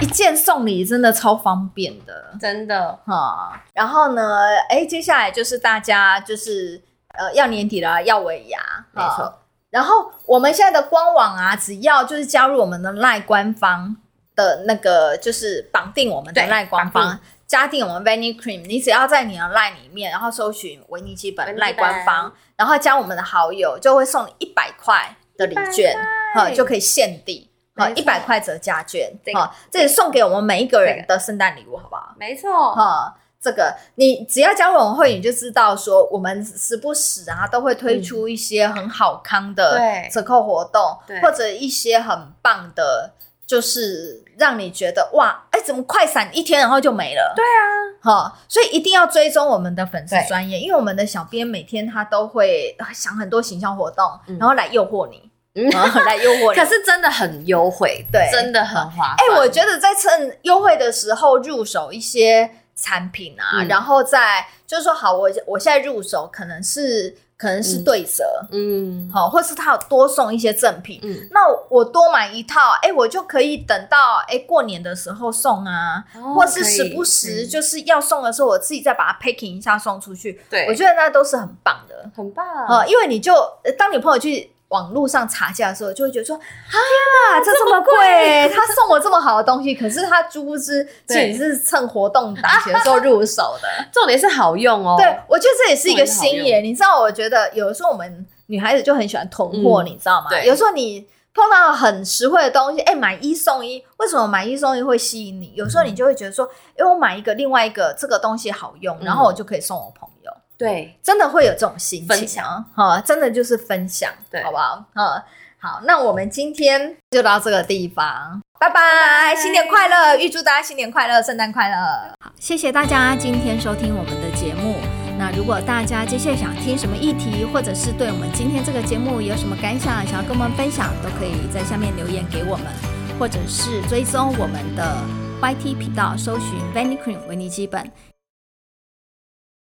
Speaker 2: 一键送礼，真的超方便的
Speaker 3: 真的，
Speaker 2: 哈。然后呢，哎，接下来就是大家就是呃要年底了，要尾牙，
Speaker 3: 没
Speaker 2: 哈
Speaker 3: 错。
Speaker 2: 然后我们现在的官网啊，只要就是加入我们的赖官方的那个，就是绑定我们的
Speaker 3: 对
Speaker 2: 赖官
Speaker 3: 绑
Speaker 2: 方，加定我们 Vanny Cream，你只要在你的赖里面，然后搜寻维尼基
Speaker 3: 维
Speaker 2: 本
Speaker 3: 尼基
Speaker 2: 赖官
Speaker 3: 本
Speaker 2: 方，然后加我们的好友，就会送你一百块的礼券，哈，就可以限定。好，
Speaker 3: 没
Speaker 2: 一
Speaker 3: 错
Speaker 2: 百块折价券，
Speaker 3: 这个
Speaker 2: 好，这也送给我们每一个人的圣诞礼物，好不好？
Speaker 3: 没错，
Speaker 2: 哈、这个哦你只要加入我们会，你就知道说我们时不时啊都会推出一些很好康的
Speaker 3: 嗯对
Speaker 2: 折扣活动，
Speaker 3: 对
Speaker 2: 或者一些很棒的，就是让你觉得哇，哎，怎么快闪一天然后就没了？对啊，哈、所以一定要追踪我们的粉丝
Speaker 3: 对
Speaker 2: 专业，因为我们的小编每天他都会呃想很多形象活动，
Speaker 3: 嗯
Speaker 2: 然后来诱惑 你，
Speaker 3: 嗯
Speaker 2: 然后来诱惑你
Speaker 3: 可。是真的很优惠，
Speaker 2: 对
Speaker 3: 真的很划算。
Speaker 2: 哎、我觉得在趁优惠的时候入手一些产品啊，
Speaker 3: 嗯
Speaker 2: 然后再就是说，好，我我现在入手可能是可能是
Speaker 3: 嗯
Speaker 2: 对折，
Speaker 3: 嗯
Speaker 2: 好、或是他有多送一些赠品。
Speaker 3: 嗯，
Speaker 2: 那我多买一套，哎、我就可以等到哎、过年的时候送啊，
Speaker 3: 哦
Speaker 2: 或是时不时就是要送的时候，我自己再把它 packing 一下送出去。
Speaker 3: 对，嗯
Speaker 2: 我觉得那都是很棒的，
Speaker 3: 很棒
Speaker 2: 呃、因为你就呃当你朋友去网络上查价的时候，就会觉得说，天啊，这这么贵，他送我这么好的东西，可是他殊不知其
Speaker 3: 对
Speaker 2: 实是趁活动打折的时候入手的。
Speaker 3: 重点是好用哦。
Speaker 2: 对，我觉得这也是一个心
Speaker 3: 这
Speaker 2: 眼，你知道，我觉得有的时候我们女孩子就很喜欢囤货，
Speaker 3: 嗯
Speaker 2: 你知道吗？
Speaker 3: 对
Speaker 2: 有时候你。碰到很实惠的东西，哎、买一送一，为什么买一送一会吸引你？有时候你
Speaker 3: 嗯
Speaker 2: 就会觉得说，哎、我买一个，另外一个这个东西好
Speaker 3: 嗯
Speaker 2: 用，然后我就可以送我朋友。
Speaker 3: 对，
Speaker 2: 真的会有这种心情、啊，
Speaker 3: 分享
Speaker 2: 哈，真的就是分享，
Speaker 3: 对
Speaker 2: 好不好？嗯，好，那我们今天就到这个地方，拜拜，新年快乐，预祝大家新年快乐，圣诞快乐。好，谢谢大家今天收听我们的节目。那如果大家接下来想听什么议题，或者是对我们今天这个节目有什么感想，想要跟我们分享，都可以在下面留言给我们，或者是追踪我们的 YT 频道，搜寻 Vanny Cream 维尼基本。